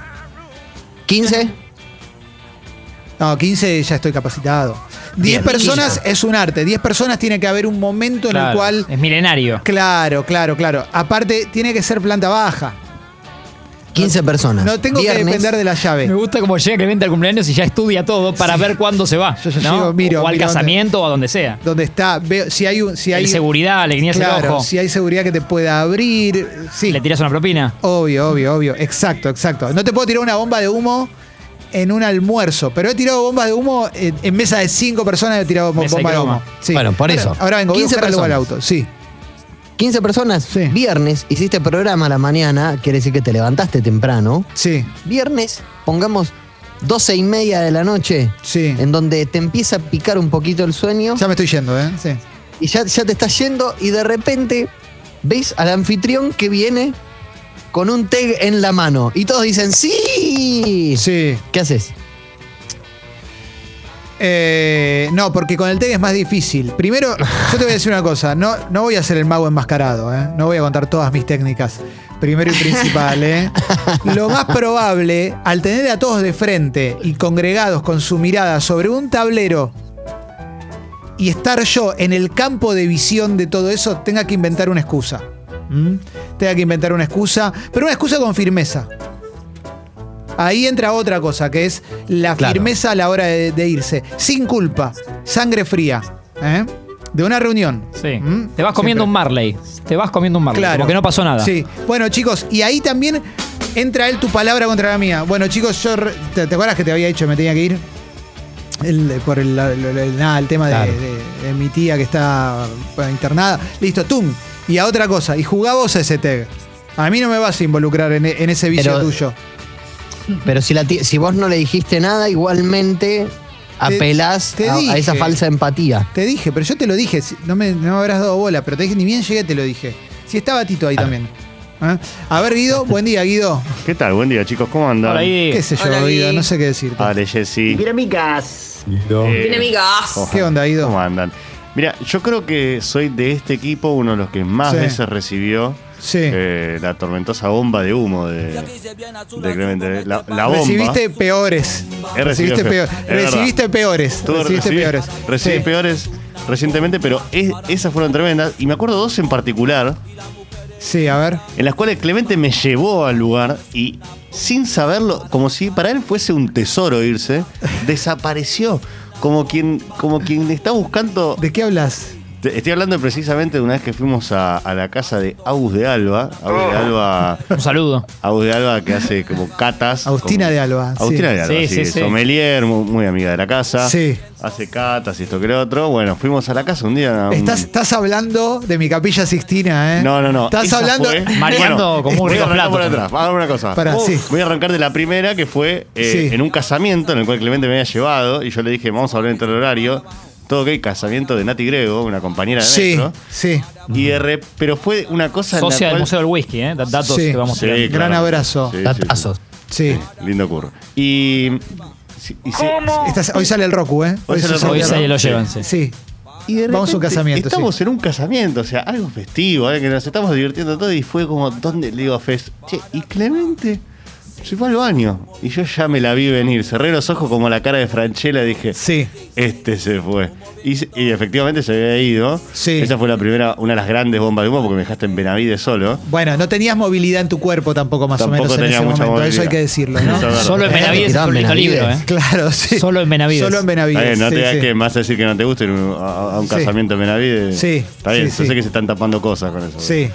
Speaker 3: ¿15?
Speaker 1: No, 15 ya estoy capacitado. 10
Speaker 4: Bien,
Speaker 1: personas
Speaker 4: quince.
Speaker 1: es un arte. 10 personas tiene que haber un momento en el
Speaker 4: Claro,
Speaker 1: cual.
Speaker 4: Es milenario.
Speaker 1: Claro, claro, claro. Aparte, tiene que ser planta baja.
Speaker 3: 15 personas.
Speaker 1: No tengo que
Speaker 3: Ah, Viernes,
Speaker 1: depender de la llave.
Speaker 4: Me gusta como llega Clemente al cumpleaños y ya estudia todo para ver cuándo se va.
Speaker 1: Yo ya
Speaker 4: ¿no?
Speaker 1: llego, miro,
Speaker 4: o al
Speaker 1: miro
Speaker 4: casamiento o a donde sea.
Speaker 1: Donde está, veo, si hay un. Si hay,
Speaker 4: Hay seguridad, le guiñas el
Speaker 1: claro,
Speaker 4: ojo,
Speaker 1: si hay seguridad que te pueda abrir. Sí.
Speaker 4: le tiras una propina.
Speaker 1: Obvio, obvio, obvio. Exacto, exacto. No te puedo tirar una bomba de humo en un almuerzo, pero he tirado bombas de humo en, en mesa de cinco personas he tirado bom-
Speaker 4: Mesa de
Speaker 1: bomba de
Speaker 4: croma.
Speaker 1: humo. Sí.
Speaker 3: Bueno, por
Speaker 1: Ahora-
Speaker 3: eso.
Speaker 1: Ahora vengo, voy a
Speaker 3: 15
Speaker 1: buscar algo al
Speaker 3: personas.
Speaker 1: auto. Sí.
Speaker 3: 15 personas.
Speaker 1: Sí.
Speaker 3: Viernes, hiciste programa a la mañana, quiere decir que te levantaste temprano.
Speaker 1: Sí.
Speaker 3: Viernes, pongamos 12 y media de la noche,
Speaker 1: Sí.
Speaker 3: en donde te empieza a picar un poquito el sueño
Speaker 1: Ya me estoy yendo, ¿eh? Sí.
Speaker 3: y ya, ya te estás yendo y de repente ves al anfitrión que viene con un tag en la mano y todos dicen ¡Sí!
Speaker 1: Sí.
Speaker 3: ¿Qué haces?
Speaker 1: Eh, no, porque con el TED es más difícil. Primero, yo te voy a decir una cosa. No, no voy a ser el mago enmascarado, ¿eh? No voy a contar todas mis técnicas. Primero y principal, ¿eh? Lo más probable, al tener a todos de frente y congregados con su mirada sobre un tablero y estar yo en el campo de visión de todo eso, tenga que inventar una excusa. ¿Mm? Tenga que inventar una excusa, pero una excusa con firmeza. Ahí entra otra cosa, que es la
Speaker 3: Claro.
Speaker 1: firmeza a la hora de, de irse. Sin culpa, sangre fría, ¿eh? de una reunión.
Speaker 4: Sí.
Speaker 1: ¿Mm?
Speaker 4: Te vas comiendo un
Speaker 1: Siempre.
Speaker 4: Marley. Te vas comiendo un Marley.
Speaker 1: Claro.
Speaker 4: Porque no pasó nada.
Speaker 1: Sí. Bueno, chicos, y ahí también entra él tu palabra contra la mía. Bueno, chicos, yo re- ¿te, te acuerdas que te había dicho que me tenía que ir? El- por el, la- la- la- nada, el tema de-
Speaker 3: Claro.
Speaker 1: de, de mi tía que está bueno, internada. Listo, tum. Y a otra cosa, y jugá vos a ese tag. A mí no me vas a involucrar en, e- en ese vicio
Speaker 3: Pero-
Speaker 1: tuyo.
Speaker 3: Pero si, la ti- si vos no le dijiste nada, igualmente apelás
Speaker 1: te
Speaker 3: a- a, esa
Speaker 1: dije.
Speaker 3: falsa empatía.
Speaker 1: Te dije, pero yo te lo dije, si- no me, no me habrás dado bola, pero te dije, ni bien llegué, te lo dije. Si estaba Tito ahí también. ¿Eh? A ver, Guido, buen día, Guido.
Speaker 6: ¿Qué tal? Buen día, chicos. ¿Cómo andan?
Speaker 4: Por ahí.
Speaker 1: ¿Qué sé yo,
Speaker 2: Hola,
Speaker 1: Guido?
Speaker 2: Gui.
Speaker 1: No sé qué decirte.
Speaker 6: Vale, Jessy.
Speaker 5: Lindo.
Speaker 6: Eh,
Speaker 2: Tiene amigas.
Speaker 4: Oh.
Speaker 6: ojalá.
Speaker 1: ¿Qué onda, Guido?
Speaker 6: ¿Cómo andan? Mira, yo creo que soy de este equipo uno de los que más
Speaker 1: Sí.
Speaker 6: veces recibió
Speaker 1: Sí.
Speaker 6: eh, la tormentosa bomba de humo de, de Clemente. La, la bomba.
Speaker 1: Recibiste peores.
Speaker 6: He
Speaker 1: Recibiste,
Speaker 6: recibido
Speaker 1: peor-
Speaker 6: peor. Es verdad.
Speaker 1: recibiste peores.
Speaker 6: Tú
Speaker 1: Recibiste
Speaker 6: recibí-
Speaker 1: peores.
Speaker 6: recibí
Speaker 1: Sí.
Speaker 6: peores recientemente, pero es- esas fueron tremendas. Y me acuerdo dos en particular,
Speaker 1: Sí, a ver.
Speaker 6: en las cuales Clemente me llevó al lugar y sin saberlo, como si para él fuese un tesoro irse, desapareció. Como quien, como quien está buscando
Speaker 1: ¿De qué hablas?
Speaker 6: Te- Estoy hablando precisamente de una vez que fuimos a, a la casa de Agus de Alba. Agus de Alba.
Speaker 4: Un saludo.
Speaker 6: Agus de Alba que hace como catas.
Speaker 1: Agustina
Speaker 6: como-
Speaker 1: de Alba, sí.
Speaker 6: Agustina de Alba,
Speaker 4: Sí, sí,
Speaker 6: sí.
Speaker 4: sí.
Speaker 6: Sommelier, mu- muy, amiga de la casa.
Speaker 1: Sí.
Speaker 6: Hace catas y esto que lo otro. Bueno, fuimos a la casa un día. a un-
Speaker 1: Estás, estás hablando de mi capilla sixtina, ¿eh?
Speaker 6: Um, No, no, no.
Speaker 1: Estás
Speaker 6: Esa
Speaker 1: hablando.
Speaker 6: fue-
Speaker 4: Mareando como un
Speaker 6: voy a
Speaker 4: rico
Speaker 6: arrancar
Speaker 4: plato
Speaker 6: por
Speaker 4: también.
Speaker 6: atrás. Vamos a ver una cosa.
Speaker 1: Pará,
Speaker 6: Oh,
Speaker 1: sí.
Speaker 6: Voy a arrancar de la primera que fue eh,
Speaker 1: Sí.
Speaker 6: en un casamiento en el cual Clemente me había llevado y yo le dije, vamos a hablar en tal horario. Todo ok, casamiento de Nati Grego, una compañera de
Speaker 1: Sí,
Speaker 6: Metro.
Speaker 1: sí.
Speaker 6: Y de re- pero fue una cosa en la
Speaker 4: Socia del
Speaker 6: cual-
Speaker 4: Museo del Whisky, ¿eh? Da- Datos
Speaker 1: Sí.
Speaker 4: que vamos
Speaker 6: Sí,
Speaker 4: a
Speaker 6: claramente.
Speaker 1: Gran abrazo.
Speaker 6: Sí, sí, sí.
Speaker 3: Datazos.
Speaker 1: Sí.
Speaker 6: Lindo curro. Y, sí, y sí,
Speaker 1: Estás- hoy sale el Roku, ¿eh?
Speaker 6: Hoy sale el
Speaker 1: se
Speaker 6: Roku.
Speaker 4: Hoy se lo
Speaker 6: Sí.
Speaker 4: llevan, sí.
Speaker 1: Sí.
Speaker 6: y de
Speaker 1: Vamos a un
Speaker 6: repente
Speaker 1: casamiento,
Speaker 6: Estamos en un casamiento, o sea, algo festivo, algo que nos estamos divirtiendo todo y fue como, ¿dónde le digo a Fez? Che, y Clemente se fue al baño. Y yo ya me la vi venir. Cerré los ojos como la cara de Franchella y dije,
Speaker 1: Sí.
Speaker 6: Este se fue. Y, se- y efectivamente se había ido.
Speaker 1: Sí.
Speaker 6: Esa fue la primera, una de las grandes bombas de humo porque me dejaste en Benavides solo.
Speaker 1: Bueno, no tenías movilidad en tu cuerpo tampoco, más o
Speaker 6: Tampoco
Speaker 1: menos, en
Speaker 6: tenía
Speaker 1: ese
Speaker 6: mucha
Speaker 1: momento. Eso hay
Speaker 6: movilidad.
Speaker 1: que decirlo, ¿no?
Speaker 6: Eso es verdad.
Speaker 4: Solo en
Speaker 3: Eh,
Speaker 4: Benavides es
Speaker 3: tirá
Speaker 4: un lindo
Speaker 3: Benavides.
Speaker 4: libro, ¿eh?
Speaker 1: Claro, sí.
Speaker 4: Solo en Benavides.
Speaker 1: Solo en
Speaker 6: Está
Speaker 1: Benavides.
Speaker 6: bien, no
Speaker 1: sí,
Speaker 6: te digas
Speaker 1: sí.
Speaker 6: que más decir que no te gusta ir a, a un
Speaker 1: Sí.
Speaker 6: casamiento en Benavides.
Speaker 1: Sí,
Speaker 6: Está bien,
Speaker 1: sí,
Speaker 6: yo
Speaker 1: sí.
Speaker 6: sé que se están tapando cosas con eso.
Speaker 1: Sí.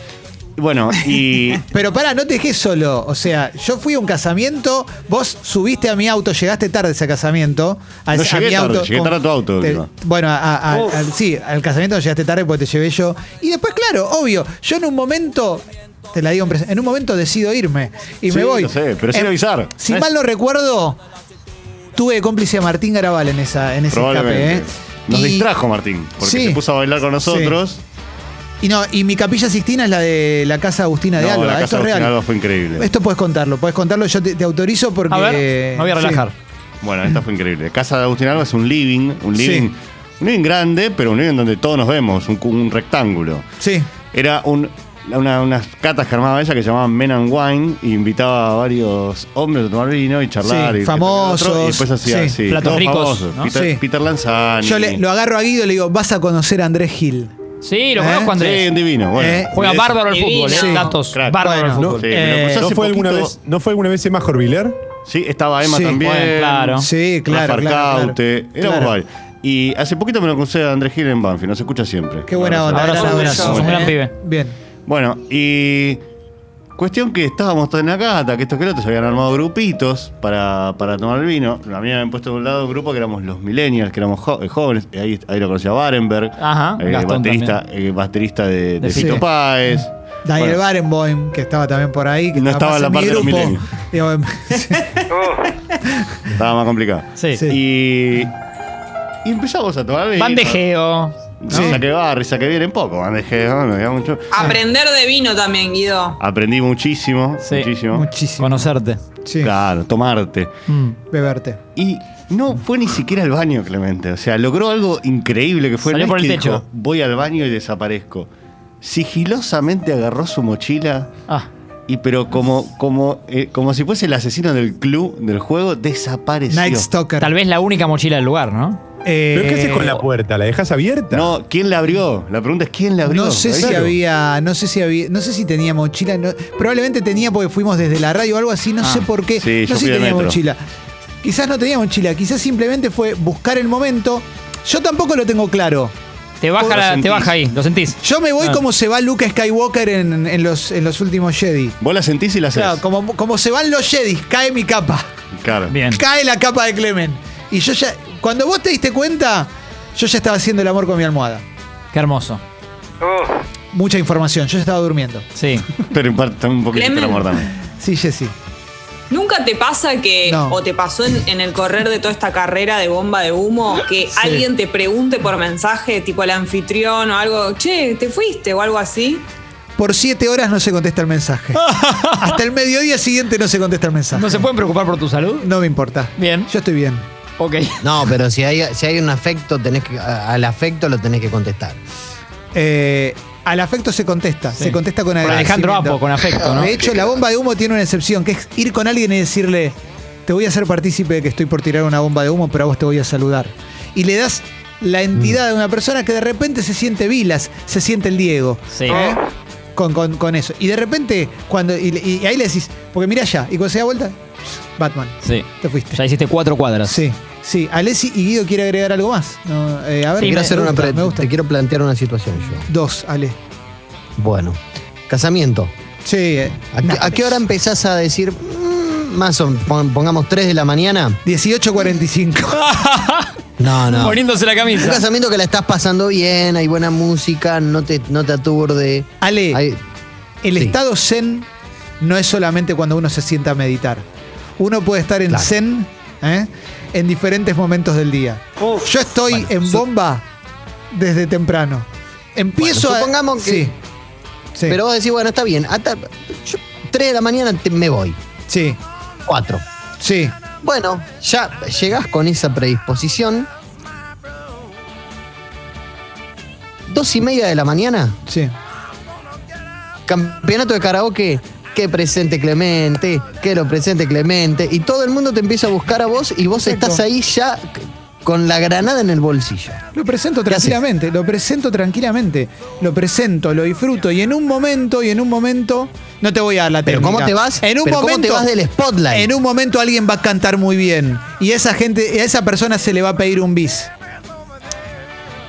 Speaker 6: Bueno, y.
Speaker 1: Pero pará, no te dejé solo. O sea, yo fui a un casamiento, vos subiste a mi auto, llegaste tarde a ese casamiento. A,
Speaker 6: No
Speaker 1: ese- a
Speaker 6: llegué
Speaker 1: mi
Speaker 6: tarde, llegué tarde a tu auto,
Speaker 1: te-
Speaker 6: digo.
Speaker 1: bueno, a- a- al- sí, al casamiento llegaste tarde porque te llevé yo. Y después, claro, obvio, yo en un momento, te la digo, en pres- en un momento decido irme y
Speaker 6: Sí,
Speaker 1: me voy.
Speaker 6: lo sé, pero sin
Speaker 1: Em,
Speaker 6: avisar.
Speaker 1: Si
Speaker 6: No es-
Speaker 1: mal no recuerdo, tuve de cómplice a Martín Garabal en, esa, en ese escape.
Speaker 6: probablemente.
Speaker 1: ¿eh?
Speaker 6: Nos
Speaker 1: Y-
Speaker 6: distrajo Martín, porque
Speaker 1: Sí.
Speaker 6: se puso a bailar con nosotros.
Speaker 1: Y no, y mi capilla Sixtina es la de la casa Agustina de
Speaker 6: No,
Speaker 1: Alba.
Speaker 6: la
Speaker 1: Esto
Speaker 6: casa
Speaker 1: es
Speaker 6: de
Speaker 1: real.
Speaker 6: Agustín Alba fue increíble.
Speaker 1: Esto puedes contarlo, puedes contarlo, yo te, te autorizo porque.
Speaker 4: A ver, me voy a relajar.
Speaker 1: Eh, Sí.
Speaker 6: Bueno, esta fue increíble. Casa de Agustín Alba es un living, un
Speaker 1: Sí.
Speaker 6: living, un living grande, pero un living donde todos nos vemos, un, cu- un rectángulo.
Speaker 1: Sí,
Speaker 6: Era un la- una- unas catas que armaba ella que se llamaban Men and Wine y invitaba a varios hombres a tomar vino y charlar.
Speaker 1: Sí,
Speaker 6: y que
Speaker 1: famosos,
Speaker 6: otro, y después hacía
Speaker 1: sí,
Speaker 6: así.
Speaker 4: platos
Speaker 6: todos
Speaker 4: ricos,
Speaker 6: famosos.
Speaker 4: ¿no?
Speaker 6: Peter,
Speaker 1: Sí.
Speaker 6: Peter Lanzani.
Speaker 1: Yo le- lo agarro a Guido y le digo, vas a conocer a Andrés Gil.
Speaker 4: Sí, lo
Speaker 1: ¿Eh?
Speaker 4: conozco,
Speaker 6: Sí,
Speaker 4: Andrés.
Speaker 6: un divino. Bueno,
Speaker 1: Eh,
Speaker 4: Juega
Speaker 6: Es-
Speaker 4: bárbaro al
Speaker 2: Divino.
Speaker 4: fútbol, ¿eh?
Speaker 1: Sí.
Speaker 4: datos.
Speaker 6: Crack.
Speaker 4: Bárbaro al
Speaker 1: Bueno,
Speaker 4: fútbol.
Speaker 6: no, sí, me lo
Speaker 4: Eh,
Speaker 6: cruzás
Speaker 5: ¿No
Speaker 6: hace
Speaker 5: fue, alguna
Speaker 6: poquito-
Speaker 5: vez, ¿No fue alguna vez Emma Jorviler?
Speaker 1: Eh,
Speaker 6: Sí, estaba Emma
Speaker 1: Sí.
Speaker 6: también.
Speaker 4: Bueno, claro.
Speaker 1: Sí, claro.
Speaker 6: Rafa
Speaker 1: claro, claro.
Speaker 6: Arcaute. Éramos
Speaker 1: Claro.
Speaker 6: varios. Y hace poquito me lo crucé a Andrés Gil en Banfield, nos escucha siempre.
Speaker 1: Qué buena
Speaker 6: Un abrazo.
Speaker 1: onda,
Speaker 4: Abrazo,
Speaker 1: gran abrazo.
Speaker 4: sos un gran
Speaker 1: Eh,
Speaker 4: pibe.
Speaker 1: Bien.
Speaker 6: Bueno, y cuestión que estábamos todos en la cata, que estos que los otros habían armado grupitos para, para tomar el vino. A mí me habían puesto de un lado un grupo que éramos los millennials, que éramos jo- eh, jóvenes. Y Ahí, ahí lo conocía Barenberg,
Speaker 4: Ajá,
Speaker 6: eh,
Speaker 4: Gastón
Speaker 6: baterista, eh, baterista de, de
Speaker 4: De
Speaker 6: Fito
Speaker 1: Fito.
Speaker 6: Páez.
Speaker 1: Daniel
Speaker 6: Bueno,
Speaker 1: Barenboim, que estaba también por ahí. Que
Speaker 6: No estaba en la
Speaker 1: más
Speaker 6: parte de los
Speaker 1: mi grupo.
Speaker 6: milenios.
Speaker 1: Digo, sí,
Speaker 6: estaba más complicado.
Speaker 4: Sí.
Speaker 1: Sí.
Speaker 6: Y, y empezamos a tomar vino.
Speaker 4: Bandejeo.
Speaker 1: Sí.
Speaker 6: Saqué barri, saqué bien en poco. Bandejé, no, me había mucho.
Speaker 2: Aprender de vino también, Guido.
Speaker 6: Aprendí muchísimo,
Speaker 4: Sí.
Speaker 6: muchísimo.
Speaker 1: Muchísimo.
Speaker 4: Conocerte.
Speaker 1: sí,
Speaker 6: Claro, tomarte.
Speaker 4: Mm.
Speaker 1: beberte.
Speaker 6: Y no fue ni siquiera al baño, Clemente. O sea, logró algo increíble que fue
Speaker 4: Salió
Speaker 6: no es
Speaker 4: por el
Speaker 6: que
Speaker 4: techo.
Speaker 6: dijo, Voy al baño y desaparezco. Sigilosamente agarró su mochila
Speaker 4: Ah,
Speaker 6: y pero como como eh, como si fuese el asesino del club del juego desapareció.
Speaker 1: Night Stalker.
Speaker 4: tal vez la única mochila del lugar, ¿no?
Speaker 1: Eh,
Speaker 5: ¿Pero qué haces con la puerta? ¿La dejas abierta?
Speaker 6: No, ¿quién la abrió? La pregunta es quién la abrió. ¿eh?
Speaker 1: No sé si
Speaker 6: Claro.
Speaker 1: había, no sé si había, no sé si tenía mochila, no- probablemente tenía porque fuimos desde la radio o algo así, no sé por qué,
Speaker 6: Ah, sí, yo
Speaker 1: no sé
Speaker 6: fui
Speaker 1: si
Speaker 6: de
Speaker 1: tenía
Speaker 6: metro.
Speaker 1: mochila. Quizás no tenía mochila, quizás simplemente fue buscar el momento. Yo tampoco lo tengo claro.
Speaker 4: Te baja,
Speaker 6: Lo
Speaker 4: la- te
Speaker 6: sentís.
Speaker 4: baja ahí, lo sentís.
Speaker 1: Yo me voy
Speaker 4: Ah.
Speaker 1: como se va Luke Skywalker en, en los, en los últimos Jedi.
Speaker 6: Vos la sentís y la
Speaker 1: Claro,
Speaker 6: hacés.
Speaker 1: como, como se van los Jedi, cae mi capa.
Speaker 6: Claro.
Speaker 4: Bien.
Speaker 1: Cae la capa de Clemen. Y yo ya, cuando vos te diste cuenta, yo ya estaba haciendo el amor con mi almohada.
Speaker 4: Qué hermoso.
Speaker 1: Mucha información, yo ya estaba durmiendo.
Speaker 4: Sí.
Speaker 6: Pero imparte un poquito
Speaker 2: Clemen.
Speaker 6: el amor también.
Speaker 1: Sí, Jessy.
Speaker 2: ¿Nunca te pasa que,
Speaker 1: No.
Speaker 2: o te pasó en, en el correr de toda esta carrera de bomba de humo, que alguien te pregunte por mensaje, tipo el anfitrión o algo, che, ¿te fuiste? o algo así?
Speaker 1: Por siete horas no se contesta el mensaje. Hasta el mediodía siguiente no se contesta el mensaje.
Speaker 4: ¿No se pueden preocupar por tu salud?
Speaker 1: No me importa.
Speaker 4: Bien.
Speaker 1: Yo estoy bien.
Speaker 4: Ok.
Speaker 3: No, pero si hay, si hay un afecto, tenés que, a- al afecto lo tenés que contestar.
Speaker 1: Eh, al afecto se contesta.
Speaker 4: Sí.
Speaker 1: Se contesta con
Speaker 4: Por
Speaker 1: agradecimiento.
Speaker 4: Alejandro Apo, con afecto, ¿no?
Speaker 1: De hecho, la bomba de humo tiene una excepción, que es ir con alguien y decirle, te voy a hacer partícipe de que estoy por tirar una bomba de humo, pero a vos te voy a saludar. Y le das la
Speaker 4: Mm.
Speaker 1: entidad de una persona que de repente se siente Vilas, se siente el Diego.
Speaker 4: Sí.
Speaker 1: ¿Eh? Con, con- con eso. Y de repente, cuando. Y, y- y ahí le decís, porque mira allá, y cuando se da vuelta, Batman.
Speaker 4: Sí.
Speaker 1: Te fuiste.
Speaker 4: Ya hiciste cuatro cuadras.
Speaker 1: Sí, sí. Alessi y Guido quiere agregar algo más. No, eh, a ver,
Speaker 4: Sí,
Speaker 1: me
Speaker 3: Quiero hacer una
Speaker 1: gusta,
Speaker 3: pre-
Speaker 1: me gusta.
Speaker 3: Te quiero plantear una situación yo.
Speaker 1: Dos, Ale.
Speaker 3: Bueno, casamiento.
Speaker 1: Sí, eh,
Speaker 3: ¿A, qué- a qué hora empezás a decir, mm, más o pon- pongamos 3 de la mañana?
Speaker 1: 18.45.
Speaker 3: No, no.
Speaker 4: Poniéndose la
Speaker 3: Un
Speaker 4: camisa.
Speaker 3: casamiento que la estás pasando bien, hay buena música, no te, no te aturde.
Speaker 1: Ale,
Speaker 3: Hay-
Speaker 1: el
Speaker 3: sí.
Speaker 1: estado zen no es solamente cuando uno se sienta a meditar. Uno puede estar en
Speaker 3: Claro.
Speaker 1: zen ¿eh? en diferentes momentos del día. Yo estoy en bomba desde temprano. Empiezo
Speaker 3: Bueno,
Speaker 1: a-
Speaker 3: supongamos que-
Speaker 1: Sí. Sí.
Speaker 3: Pero vos decís, bueno, está bien. Hasta, yo, 3 de la mañana te- me voy.
Speaker 1: sí.
Speaker 3: 4.
Speaker 1: Sí.
Speaker 3: Bueno, ya llegás con esa predisposición. Dos y media de la mañana,
Speaker 1: Sí.
Speaker 3: campeonato de karaoke. Que presente Clemente, que lo presente Clemente. Y todo el mundo te empieza a buscar a vos y vos
Speaker 1: Exacto.
Speaker 3: estás ahí ya c- con la granada en el bolsillo.
Speaker 1: Lo presento
Speaker 3: ¿Qué haces?
Speaker 1: tranquilamente, lo presento tranquilamente, lo presento, lo disfruto y en un momento y en un momento no te voy a dar la
Speaker 3: Pero
Speaker 1: técnica.
Speaker 3: ¿cómo te vas?
Speaker 1: En un
Speaker 3: Pero
Speaker 1: momento
Speaker 3: ¿cómo te vas del spotlight?
Speaker 1: En un momento alguien va a cantar muy bien y esa gente, a esa persona se le va a pedir un bis.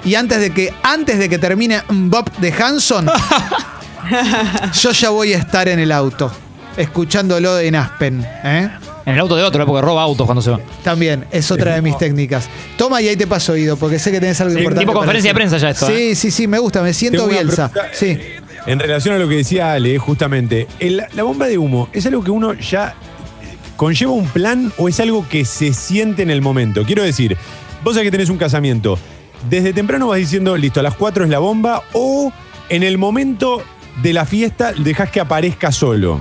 Speaker 1: Y antes de que antes de que termine Bob de Hanson, yo ya voy a estar en el auto escuchándolo en Aspen, ¿eh?
Speaker 4: En el auto de otro, ¿eh? porque roba autos cuando se va.
Speaker 1: También, es otra de mis técnicas. Toma y ahí te paso, Ido, porque sé que tenés algo
Speaker 4: Sí,
Speaker 1: importante.
Speaker 4: tipo
Speaker 1: para
Speaker 4: conferencia de
Speaker 1: decir.
Speaker 4: prensa ya esto,
Speaker 1: Sí,
Speaker 4: ¿eh?
Speaker 1: sí, sí, me gusta, me siento
Speaker 5: Tengo una
Speaker 1: Bielsa.
Speaker 5: pregunta,
Speaker 1: Sí.
Speaker 5: eh, En relación a lo que decía Ale, justamente, el- la bomba de humo es algo que uno ya conlleva un plan o es algo que se siente en el momento. Quiero decir, vos sabés que tenés un casamiento, desde temprano vas diciendo, listo, a las 4 es la bomba o en el momento de la fiesta dejás que aparezca solo.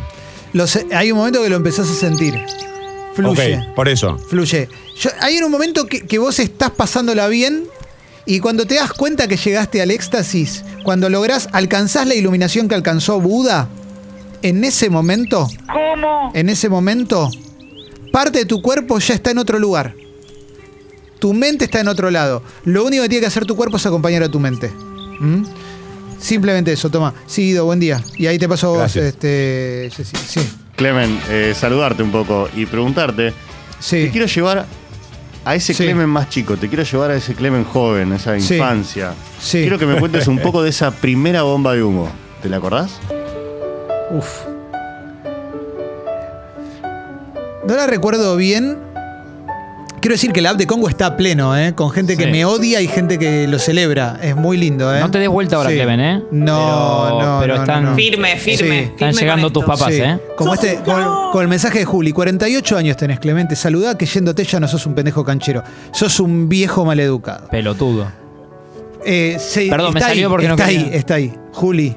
Speaker 1: Los- hay un momento que lo empezás a sentir. Fluye.
Speaker 5: Ok, por eso.
Speaker 1: Fluye. Yo- hay un momento que, que vos estás pasándola bien Y cuando te das cuenta que llegaste al éxtasis, cuando lográs, alcanzás la iluminación que alcanzó Buda, en ese momento,
Speaker 7: ¿Cómo?
Speaker 1: en ese momento, parte de tu cuerpo ya está en otro lugar. Tu mente está en otro lado. Lo único que tiene que hacer tu cuerpo es acompañar a tu mente. ¿Mm? Simplemente eso, toma. Sí, Guido, buen día. Y ahí te paso a vos,
Speaker 5: Gracias.
Speaker 1: este, Jessy. Sí,
Speaker 6: Clemen, eh, saludarte un poco y preguntarte. Te
Speaker 1: sí.
Speaker 6: quiero llevar a ese
Speaker 1: Sí.
Speaker 6: Clemen más chico, te quiero llevar a ese Clemen joven, esa
Speaker 1: Sí.
Speaker 6: infancia.
Speaker 1: Sí.
Speaker 6: Quiero que me cuentes un poco de esa primera bomba de humo. ¿Te la acordás?
Speaker 1: Uf. No la recuerdo bien. Quiero decir que la app de Congo está a pleno, ¿eh? Con gente que
Speaker 4: Sí.
Speaker 1: me odia y gente que lo celebra. Es muy lindo, ¿eh?
Speaker 4: No te des vuelta ahora, Clemen, ¿eh?
Speaker 1: No,
Speaker 4: Pero-
Speaker 1: no,
Speaker 4: pero
Speaker 1: no,
Speaker 4: están-
Speaker 1: no, no.
Speaker 2: Firme, firme.
Speaker 1: Sí.
Speaker 4: Están
Speaker 2: firme
Speaker 4: llegando
Speaker 2: con
Speaker 4: tus
Speaker 2: esto.
Speaker 4: papás,
Speaker 1: Sí.
Speaker 4: ¿eh?
Speaker 1: Como
Speaker 2: Sos
Speaker 1: este,
Speaker 2: un
Speaker 1: con,
Speaker 2: crack.
Speaker 1: con el mensaje de Juli, 48 años tenés, Clemente. Saludá que yéndote ya no sos un pendejo canchero. Sos un viejo maleducado.
Speaker 4: Pelotudo.
Speaker 1: Eh, sí,
Speaker 4: Perdón, me
Speaker 1: está
Speaker 4: salió
Speaker 1: ahí,
Speaker 4: porque no
Speaker 1: está ahí,
Speaker 4: quería.
Speaker 1: está ahí. Juli,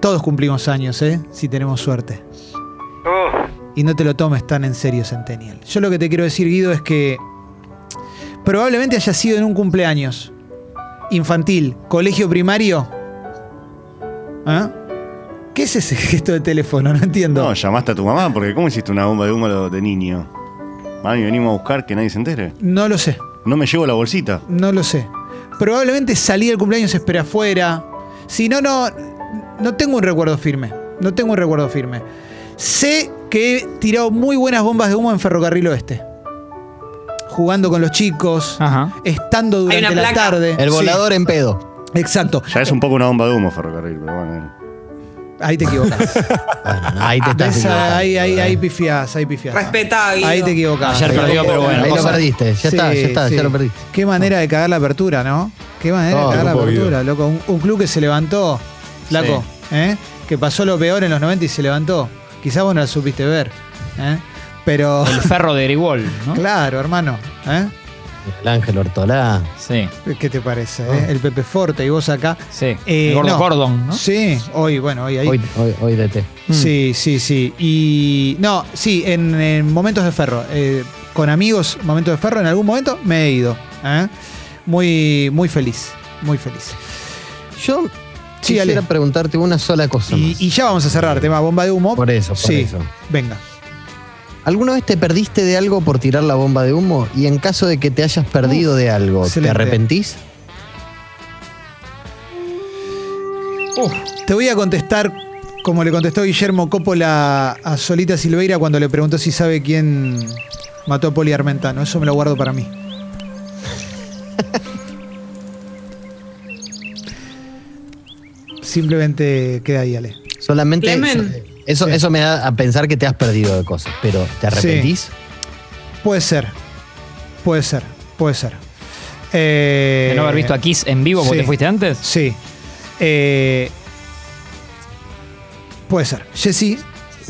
Speaker 1: todos cumplimos años, ¿eh? Si tenemos suerte. Y no te lo tomes tan en serio, Centennial. Yo lo que te quiero decir, Guido, es que probablemente haya sido en un cumpleaños infantil, colegio primario. ¿Ah? ¿Qué es ese gesto de teléfono? No entiendo.
Speaker 6: No, llamaste a tu mamá, porque ¿cómo hiciste una bomba de humo lo- de niño? Mami, venimos a buscar que nadie se entere.
Speaker 1: No lo sé.
Speaker 6: No me llevo la bolsita.
Speaker 1: No lo sé. Probablemente salí del cumpleaños, espera afuera. Si no, no, no tengo un recuerdo firme. No tengo un recuerdo firme. Sé que he tirado muy buenas bombas de humo en Ferrocarril Oeste. Jugando con los chicos,
Speaker 4: Ajá.
Speaker 1: estando
Speaker 2: Hay
Speaker 1: durante
Speaker 2: una
Speaker 1: la
Speaker 2: placa.
Speaker 1: tarde.
Speaker 3: Ah. El
Speaker 1: Sí,
Speaker 3: volador en pedo.
Speaker 1: exacto.
Speaker 6: Ya es un poco una bomba de humo, ferrocarril, pero bueno.
Speaker 1: Ahí te equivocas.
Speaker 3: Bueno, no, ahí te estás. equivocando,
Speaker 1: ahí, ahí,
Speaker 3: ¿eh?
Speaker 1: ahí pifiás, ahí pifiás.
Speaker 2: Respetá, Guido.
Speaker 1: Ahí te equivocás.
Speaker 4: Ayer perdió, pero bueno.
Speaker 3: Ahí lo
Speaker 1: Cosa-
Speaker 3: perdiste, ya está, ya está, ya lo perdiste. Ah.
Speaker 1: Qué manera de cagar la apertura, ¿no? Qué manera de
Speaker 3: Oh,
Speaker 1: cagar la
Speaker 5: loco,
Speaker 1: apertura,
Speaker 5: Guido.
Speaker 1: loco. Un, un club que se levantó, flaco, ¿eh? Que pasó lo peor en los 90 y se levantó. Quizás vos no la supiste ver, ¿eh? Pero,
Speaker 4: El ferro de Grigol, ¿no?
Speaker 1: claro, hermano, ¿eh?
Speaker 3: El ángel Ortolá.
Speaker 4: Sí,
Speaker 1: ¿Qué te parece?
Speaker 3: Ah.
Speaker 1: eh? El Pepe Forte y vos acá.
Speaker 4: sí.
Speaker 1: Eh,
Speaker 4: el gordo
Speaker 1: no.
Speaker 4: Gordon, ¿no?
Speaker 1: Sí, hoy, bueno, hoy ahí.
Speaker 3: Hoy, hoy, hoy DT.
Speaker 1: Sí, sí, sí. Y no, sí, en, en momentos de ferro. eh, con amigos, momentos de ferro, en algún momento me he ido. ¿eh? Muy, muy feliz, muy feliz.
Speaker 3: Yo
Speaker 1: Sí,
Speaker 3: quisiera
Speaker 1: Ale.
Speaker 3: preguntarte una sola cosa.
Speaker 1: Y,
Speaker 3: más.
Speaker 1: y ya vamos a cerrar, tema bomba de humo.
Speaker 3: Por eso, por
Speaker 1: sí,
Speaker 3: eso.
Speaker 1: Venga.
Speaker 3: ¿Alguna vez te perdiste de algo por tirar la bomba de humo? Y en caso de que te hayas perdido de algo,
Speaker 1: excelente.
Speaker 3: ¿te arrepentís?
Speaker 1: Te voy a contestar como le contestó Guillermo Coppola a Solita Silveira cuando le preguntó si sabe quién mató a Poli Armentano. Eso me lo guardo para mí. Simplemente queda ahí, Ale.
Speaker 3: Solamente.
Speaker 2: Clemen.
Speaker 3: Eso,
Speaker 1: Sí.
Speaker 3: eso me da a pensar que te has perdido de cosas, pero ¿te arrepentís?
Speaker 1: Puede ser. Puede ser. Puede ser. Eh,
Speaker 4: De no haber visto a Kiss en vivo porque
Speaker 1: sí.
Speaker 4: te fuiste antes.
Speaker 1: Sí. Eh, puede ser. Jessy,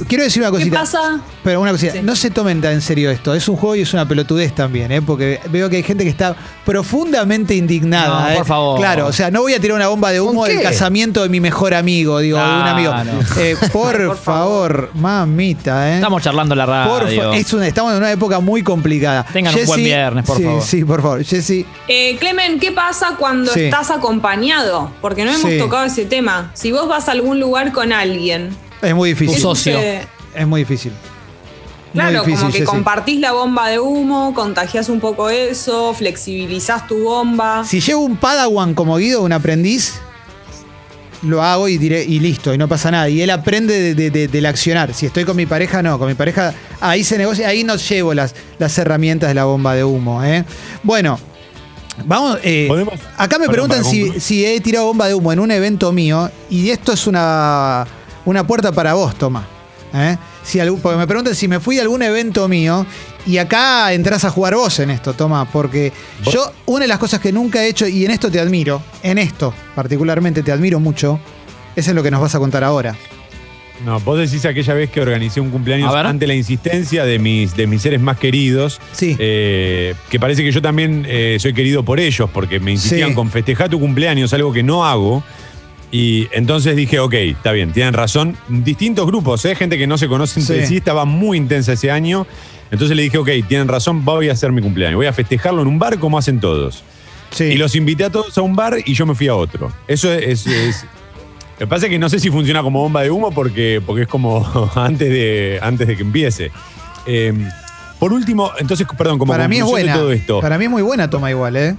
Speaker 1: quiero decir una
Speaker 2: ¿Qué
Speaker 1: cosita.
Speaker 2: pasa?
Speaker 1: Pero una cosita,
Speaker 2: Sí.
Speaker 1: no se tomen tan en serio esto. Es un juego y es una pelotudez también, ¿eh? Porque veo que hay gente que está profundamente indignada.
Speaker 4: No,
Speaker 1: ¿eh?
Speaker 4: por favor.
Speaker 1: Claro, o sea, no voy a tirar una bomba de humo
Speaker 3: ¿Con
Speaker 1: del
Speaker 3: qué?
Speaker 1: casamiento de mi mejor amigo, digo, de un amigo.
Speaker 4: Claro.
Speaker 1: Eh, por,
Speaker 2: Por
Speaker 1: favor, mamita, ¿eh?
Speaker 4: Estamos charlando en la
Speaker 1: Por fa-
Speaker 4: radio.
Speaker 1: es una- estamos en una época muy complicada.
Speaker 4: Tengan un buen viernes, por
Speaker 1: sí,
Speaker 4: favor.
Speaker 1: Sí, por favor. Jessy,
Speaker 2: Eh, Clemen, ¿qué pasa cuando
Speaker 1: Sí.
Speaker 2: estás acompañado? Porque no hemos
Speaker 1: Sí.
Speaker 2: tocado ese tema. Si vos vas a algún lugar con alguien,
Speaker 1: es muy
Speaker 4: Tu
Speaker 1: difícil.
Speaker 4: socio.
Speaker 2: eh,
Speaker 1: Es muy difícil. Muy
Speaker 2: claro,
Speaker 1: difícil,
Speaker 2: como que
Speaker 1: Jessy.
Speaker 2: compartís la bomba de humo, contagias un poco eso, flexibilizás tu bomba.
Speaker 1: Si llevo un padawan como Guido, un aprendiz, lo hago y, diré, y listo, y no pasa nada. Y él aprende de- de- de- del accionar. Si estoy con mi pareja, no. Con mi pareja, ahí se negocia, ahí no llevo las, las herramientas de la bomba de humo. ¿eh? Bueno, vamos. eh,
Speaker 5: Podemos-
Speaker 1: acá me
Speaker 5: Perdón,
Speaker 1: preguntan
Speaker 5: para
Speaker 1: si,
Speaker 5: concluir.
Speaker 1: si he tirado bomba de humo en un evento mío, y esto es una, una puerta para vos, toma. ¿eh? Si algún- porque me preguntan si me fui a algún evento mío y acá entras a jugar vos en esto, toma, porque yo una de las cosas que nunca he hecho y en esto te admiro, en esto particularmente te admiro mucho, es en lo que nos vas a contar ahora.
Speaker 5: No, vos decís aquella vez que organicé un cumpleaños
Speaker 4: A ver.
Speaker 5: ante la insistencia de mis, de mis seres más queridos.
Speaker 1: Sí.
Speaker 5: eh, que parece que yo también eh, soy querido por ellos, porque me insistían
Speaker 1: Sí.
Speaker 5: con festejar tu cumpleaños, algo que no hago. Y entonces dije, ok, está bien, tienen razón. Distintos grupos, ¿eh? gente que no se conoce entre
Speaker 1: Sí.
Speaker 5: sí, estaba muy intensa ese año. Entonces le dije, ok, tienen razón, voy a hacer mi cumpleaños. Voy a festejarlo en un bar como hacen todos.
Speaker 1: Sí.
Speaker 5: Y los invité a todos a un bar y yo me fui a otro. Eso es. es- es- lo que pasa es que no sé si funciona como bomba de humo porque, porque es como antes de, antes de que empiece. Eh, por último, entonces, perdón, como
Speaker 1: Para mí es
Speaker 5: conclusión
Speaker 1: buena.
Speaker 5: de todo esto.
Speaker 1: Para mí es muy buena toma igual, ¿eh?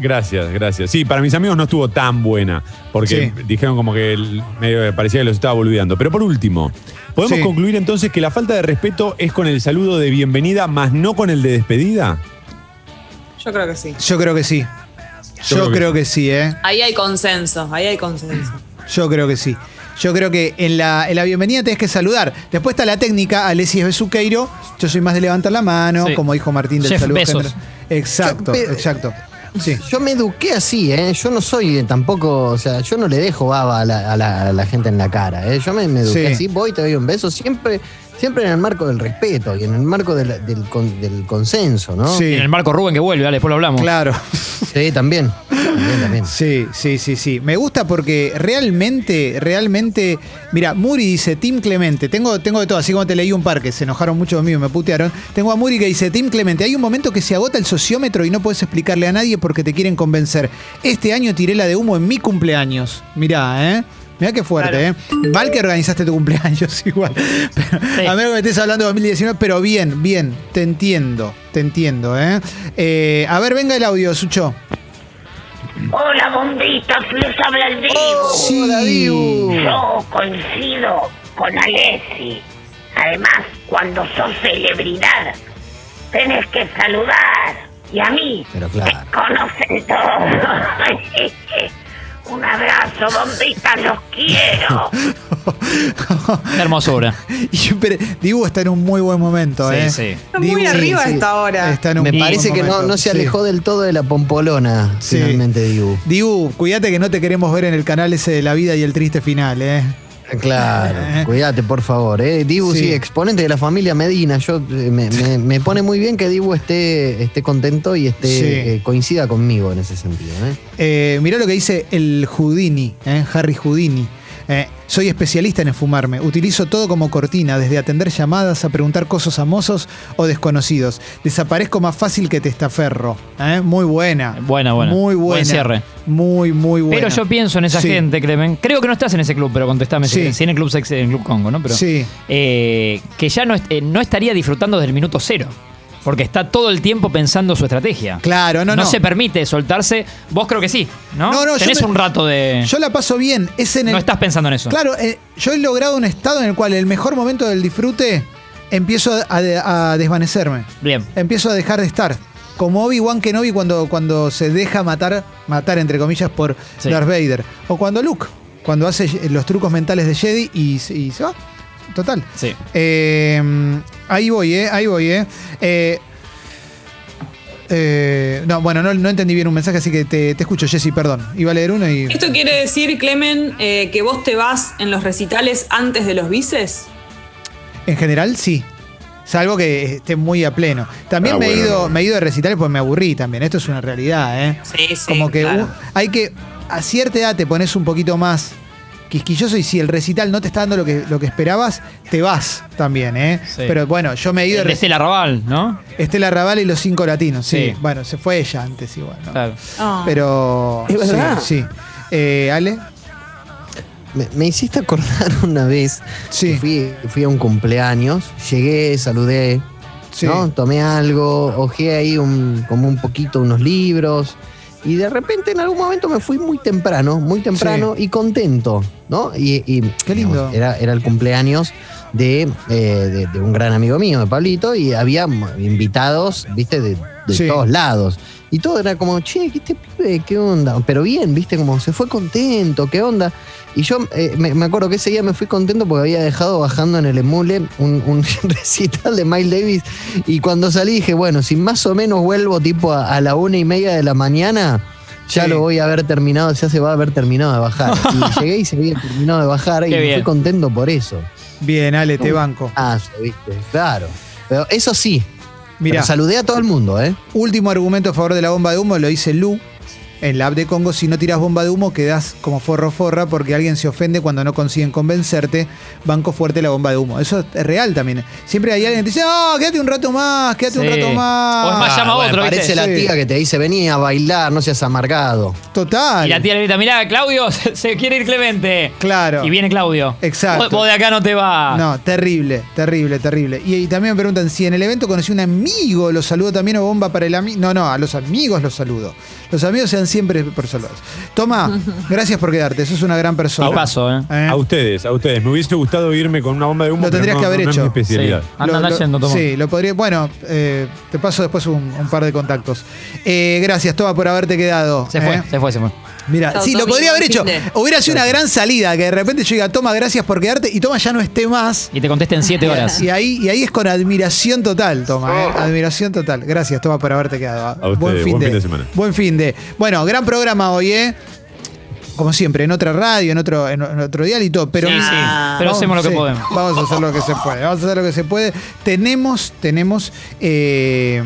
Speaker 5: Gracias, gracias. Sí, para mis amigos no estuvo tan buena, porque
Speaker 1: Sí.
Speaker 5: dijeron como que el- medio que parecía que los estaba boludeando. Pero por último, ¿podemos
Speaker 1: Sí.
Speaker 5: concluir entonces que la falta de respeto es con el saludo de bienvenida, más no con el de despedida?
Speaker 2: Yo creo que sí.
Speaker 1: Yo creo que sí. Yo, creo, que, sí, ¿eh?
Speaker 2: Ahí hay consenso, ahí hay consenso.
Speaker 1: Yo creo que sí. Yo creo que en la, en la bienvenida tenés que saludar. Después está la técnica, Alexis Besuqueiro. Yo soy más de levantar la mano,
Speaker 4: Sí.
Speaker 1: como dijo Martín del
Speaker 4: Jeff
Speaker 1: Saludo
Speaker 4: Bezos.
Speaker 1: General. Exacto,
Speaker 3: Yo-
Speaker 1: exacto. Sí.
Speaker 3: Yo me eduqué así, ¿eh? Yo no soy eh, tampoco, o sea, yo no le dejo baba a la, a la- a la gente en la cara, ¿eh? Yo me, me eduqué
Speaker 1: Sí.
Speaker 3: así, voy, te doy un beso, siempre siempre en el marco del respeto y en el marco de la- del, con- del consenso, ¿no?
Speaker 1: Sí.
Speaker 4: En el marco Rubén que vuelve, dale, después lo hablamos.
Speaker 1: Claro.
Speaker 3: Sí, también. También, también.
Speaker 1: Sí, sí, sí, sí. Me gusta porque realmente, realmente. Mira, Muri dice Tim Clemente. Tengo, tengo de todo, así como te leí un par que se enojaron mucho conmigo y me putearon. Tengo a Muri que dice Tim Clemente. Hay un momento que se agota el sociómetro y no puedes explicarle a nadie porque te quieren convencer. Este año tiré la de humo en mi cumpleaños. Mirá, ¿eh? Mirá qué fuerte, ¿eh? Mal que organizaste tu cumpleaños igual. Pero,
Speaker 4: Sí.
Speaker 1: A menos que me estés hablando de 2019, pero bien, bien. Te entiendo, te entiendo, ¿eh? Eh, a ver, venga el audio, Sucho.
Speaker 7: Hola bombitas, les habla el vivo.
Speaker 1: Sí. Oh.
Speaker 7: Yo coincido con Alessi. Además, cuando sos celebridad, tenés que saludar. Y a mí,
Speaker 3: Pero claro.
Speaker 7: me conocen todos. Un abrazo, bombitas, los quiero.
Speaker 4: Qué hermosura.
Speaker 1: Y- pero Dibu está en un muy buen momento,
Speaker 4: Sí,
Speaker 1: ¿eh?
Speaker 4: sí.
Speaker 1: Está
Speaker 2: muy arriba esta hora.
Speaker 1: Está en un
Speaker 3: Me
Speaker 1: muy
Speaker 3: parece
Speaker 1: buen
Speaker 3: que no,
Speaker 1: momento,
Speaker 3: no
Speaker 1: sí.
Speaker 3: se alejó del todo de la pompolona,
Speaker 1: Sí.
Speaker 3: finalmente, Dibu.
Speaker 1: Dibu, cuídate que no te queremos ver en el canal ese de la vida y el triste final, ¿eh?
Speaker 3: Claro, cuídate por favor. ¿eh? Dibu,
Speaker 1: Sí.
Speaker 3: sí. exponente de la familia Medina. Yo, eh, me, me- me pone muy bien que Dibu esté, esté contento y esté,
Speaker 1: Sí.
Speaker 3: eh, coincida conmigo en ese sentido. ¿eh?
Speaker 1: Eh, mirá lo que dice el Houdini, ¿eh? Harry Houdini. Eh, soy especialista en esfumarme. Utilizo todo como cortina, desde atender llamadas a preguntar cosas a mozos o desconocidos. Desaparezco más fácil que testaferro. ¿eh? Muy buena.
Speaker 4: Buena, buena.
Speaker 1: Muy buena.
Speaker 4: Buen cierre.
Speaker 1: Muy, muy buena.
Speaker 4: Pero yo pienso en esa
Speaker 1: Sí.
Speaker 4: gente, Clemen. Creo que no estás en ese club, pero contestame. si
Speaker 1: Sí.
Speaker 4: querés. Sí, en el club, sex- en el club Congo, ¿no? Pero,
Speaker 1: Sí.
Speaker 4: eh, que ya no, est- eh, no estaría disfrutando desde el minuto cero. Porque está todo el tiempo pensando su estrategia.
Speaker 1: Claro, no, no.
Speaker 4: se permite soltarse. Vos creo que sí, ¿no?
Speaker 1: No, no, yo
Speaker 4: Tenés
Speaker 1: me-
Speaker 4: un rato de.
Speaker 1: Yo la paso bien. Es en el,
Speaker 4: no estás pensando en eso.
Speaker 1: Claro, eh, yo he logrado un estado en el cual el mejor momento del disfrute empiezo a, de- a desvanecerme.
Speaker 4: Bien.
Speaker 1: Empiezo a dejar de estar. Como Obi-Wan Kenobi cuando, cuando se deja matar, matar entre comillas, por
Speaker 4: Sí.
Speaker 1: Darth Vader. O cuando Luke, cuando hace los trucos mentales de Jedi y, se- y se va. Total.
Speaker 4: Sí.
Speaker 1: Eh, ahí voy, ¿eh? Ahí voy, ¿eh? Eh, eh, no, bueno, no, no entendí bien un mensaje, así que te, te escucho, Jesse, perdón. Iba a leer uno y...
Speaker 2: ¿Esto quiere decir, Clemen, eh, que vos te vas en los recitales antes de los bices?
Speaker 1: En general, sí. Salvo que esté muy a pleno. También
Speaker 6: Ah,
Speaker 1: me, he
Speaker 6: bueno,
Speaker 1: ido,
Speaker 6: no.
Speaker 1: me he ido de recitales porque me aburrí también. Esto es una realidad, ¿eh?
Speaker 2: Sí, sí,
Speaker 1: Como que
Speaker 2: claro.
Speaker 1: un- hay que. A cierta edad te pones un poquito más quisquilloso y si el recital no te está dando lo que, lo que esperabas, te vas también, ¿eh?
Speaker 4: Sí.
Speaker 1: Pero bueno, yo me he ido de
Speaker 4: El Eh, de
Speaker 1: recitales.
Speaker 4: Estela Raval, ¿no?
Speaker 1: Estela Raval y los cinco latinos, sí.
Speaker 4: Sí.
Speaker 1: Bueno, se fue ella antes igual, ¿no?
Speaker 4: Claro.
Speaker 2: Ah.
Speaker 1: Pero.
Speaker 3: Es verdad.
Speaker 1: Sí. sí. Eh, Ale.
Speaker 3: Me, me hiciste acordar una vez.
Speaker 1: Sí.
Speaker 3: que Fui, fui a un cumpleaños, llegué, saludé,
Speaker 1: Sí.
Speaker 3: ¿no? Tomé algo, ojeé ahí un, como un poquito unos libros. Y de repente en algún momento me fui muy temprano, muy temprano y contento, ¿no? Y, y,
Speaker 1: Qué lindo.
Speaker 3: era, era el cumpleaños de, eh, de- de un gran amigo mío, de Pablito, y había m- invitados, viste, de, de
Speaker 1: Sí.
Speaker 3: todos lados. Y todo era como, che, ¿qué este pibe? ¿Qué onda? Pero bien, viste, como se fue contento, ¿qué onda? Y yo eh, me, me acuerdo que ese día me fui contento porque había dejado bajando en el emule un, un recital de Miles Davis. Y cuando salí dije, bueno, si más o menos vuelvo tipo a, a la una y media de la mañana, ya
Speaker 1: Sí.
Speaker 3: lo voy a haber terminado, ya se va a haber terminado de bajar. Y llegué y se había terminado de bajar y
Speaker 4: Qué
Speaker 3: me
Speaker 4: bien.
Speaker 3: fui contento por eso.
Speaker 1: Bien, Ale, te banco.
Speaker 3: Ah, sí, viste, claro. Pero eso sí,
Speaker 1: Mirá.
Speaker 3: pero saludé a todo el mundo, ¿eh?
Speaker 1: Último argumento a favor de la bomba de humo lo dice Lu. en la app de Congo, si no tiras bomba de humo, quedás como forro forra porque alguien se ofende cuando no consiguen convencerte. Banco fuerte la bomba de humo. Eso es real también. Siempre hay alguien que te dice, no, quédate un rato más, quédate un
Speaker 4: Sí.
Speaker 1: rato
Speaker 4: O es más,
Speaker 1: más. Ah,
Speaker 4: llama a
Speaker 3: bueno,
Speaker 4: otro, ¿viste?
Speaker 3: parece la
Speaker 1: Sí.
Speaker 3: tía que te dice, vení a bailar, no seas amargado.
Speaker 1: Total.
Speaker 4: Y la tía le grita, mirá, Claudio, se, se quiere ir Clemente.
Speaker 1: Claro.
Speaker 4: Y viene Claudio.
Speaker 1: Exacto.
Speaker 4: Vos, vos de acá no te vas.
Speaker 1: No, terrible, terrible, terrible. Y, y también me preguntan si en el evento conocí un amigo, los saludo también o bomba para el amigo. No, no, a los amigos los saludo. Los amigos sean siempre por saludos. Toma, gracias por quedarte, sos una gran persona.
Speaker 4: Al paso, ¿eh?
Speaker 1: ¿Eh?
Speaker 5: A ustedes, a ustedes. Me hubiese gustado irme con una bomba de humo.
Speaker 1: Lo
Speaker 5: pero
Speaker 1: tendrías
Speaker 5: no-
Speaker 1: que haber
Speaker 5: no- no es
Speaker 1: hecho.
Speaker 5: mi especialidad.
Speaker 4: Sí. Andan
Speaker 1: Lo- lo-
Speaker 4: yendo, Tomás.
Speaker 1: Sí, lo podría. Bueno, eh, te paso después un, un par de contactos. Eh, gracias, Toma, por haberte quedado.
Speaker 4: Se fue,
Speaker 1: ¿eh?
Speaker 4: se fue, se fue.
Speaker 1: Mira,
Speaker 2: Chau,
Speaker 1: sí, lo
Speaker 2: Tommy,
Speaker 1: podría haber
Speaker 2: buen
Speaker 1: hecho.
Speaker 2: fin de.
Speaker 1: Hubiera sido una gran salida, que de repente yo diga, Toma, gracias por quedarte, y Toma ya no esté más.
Speaker 4: Y te contesta en siete horas.
Speaker 1: Y ahí, y ahí es con admiración total, Toma. ¿eh? Admiración total. Gracias, Toma, por haberte quedado.
Speaker 5: Oh. A ustedes, buen fin de semana.
Speaker 1: Buen fin de. Bueno, gran programa hoy, ¿eh? Como siempre, en otra radio, en otro, en, en otro dial y todo. Pero,
Speaker 4: Sí, sí, pero hacemos lo que podemos.
Speaker 1: Vamos a hacer lo que se puede. Vamos a hacer lo que se puede. Tenemos, tenemos. eh,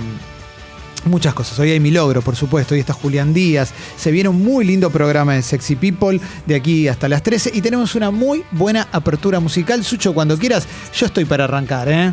Speaker 1: Muchas cosas. Hoy hay mi logro, por supuesto. Hoy está Julián Díaz. Se viene un muy lindo programa de Sexy People de aquí hasta las 13. Y tenemos una muy buena apertura musical. Sucho, cuando quieras, yo estoy para arrancar, ¿eh?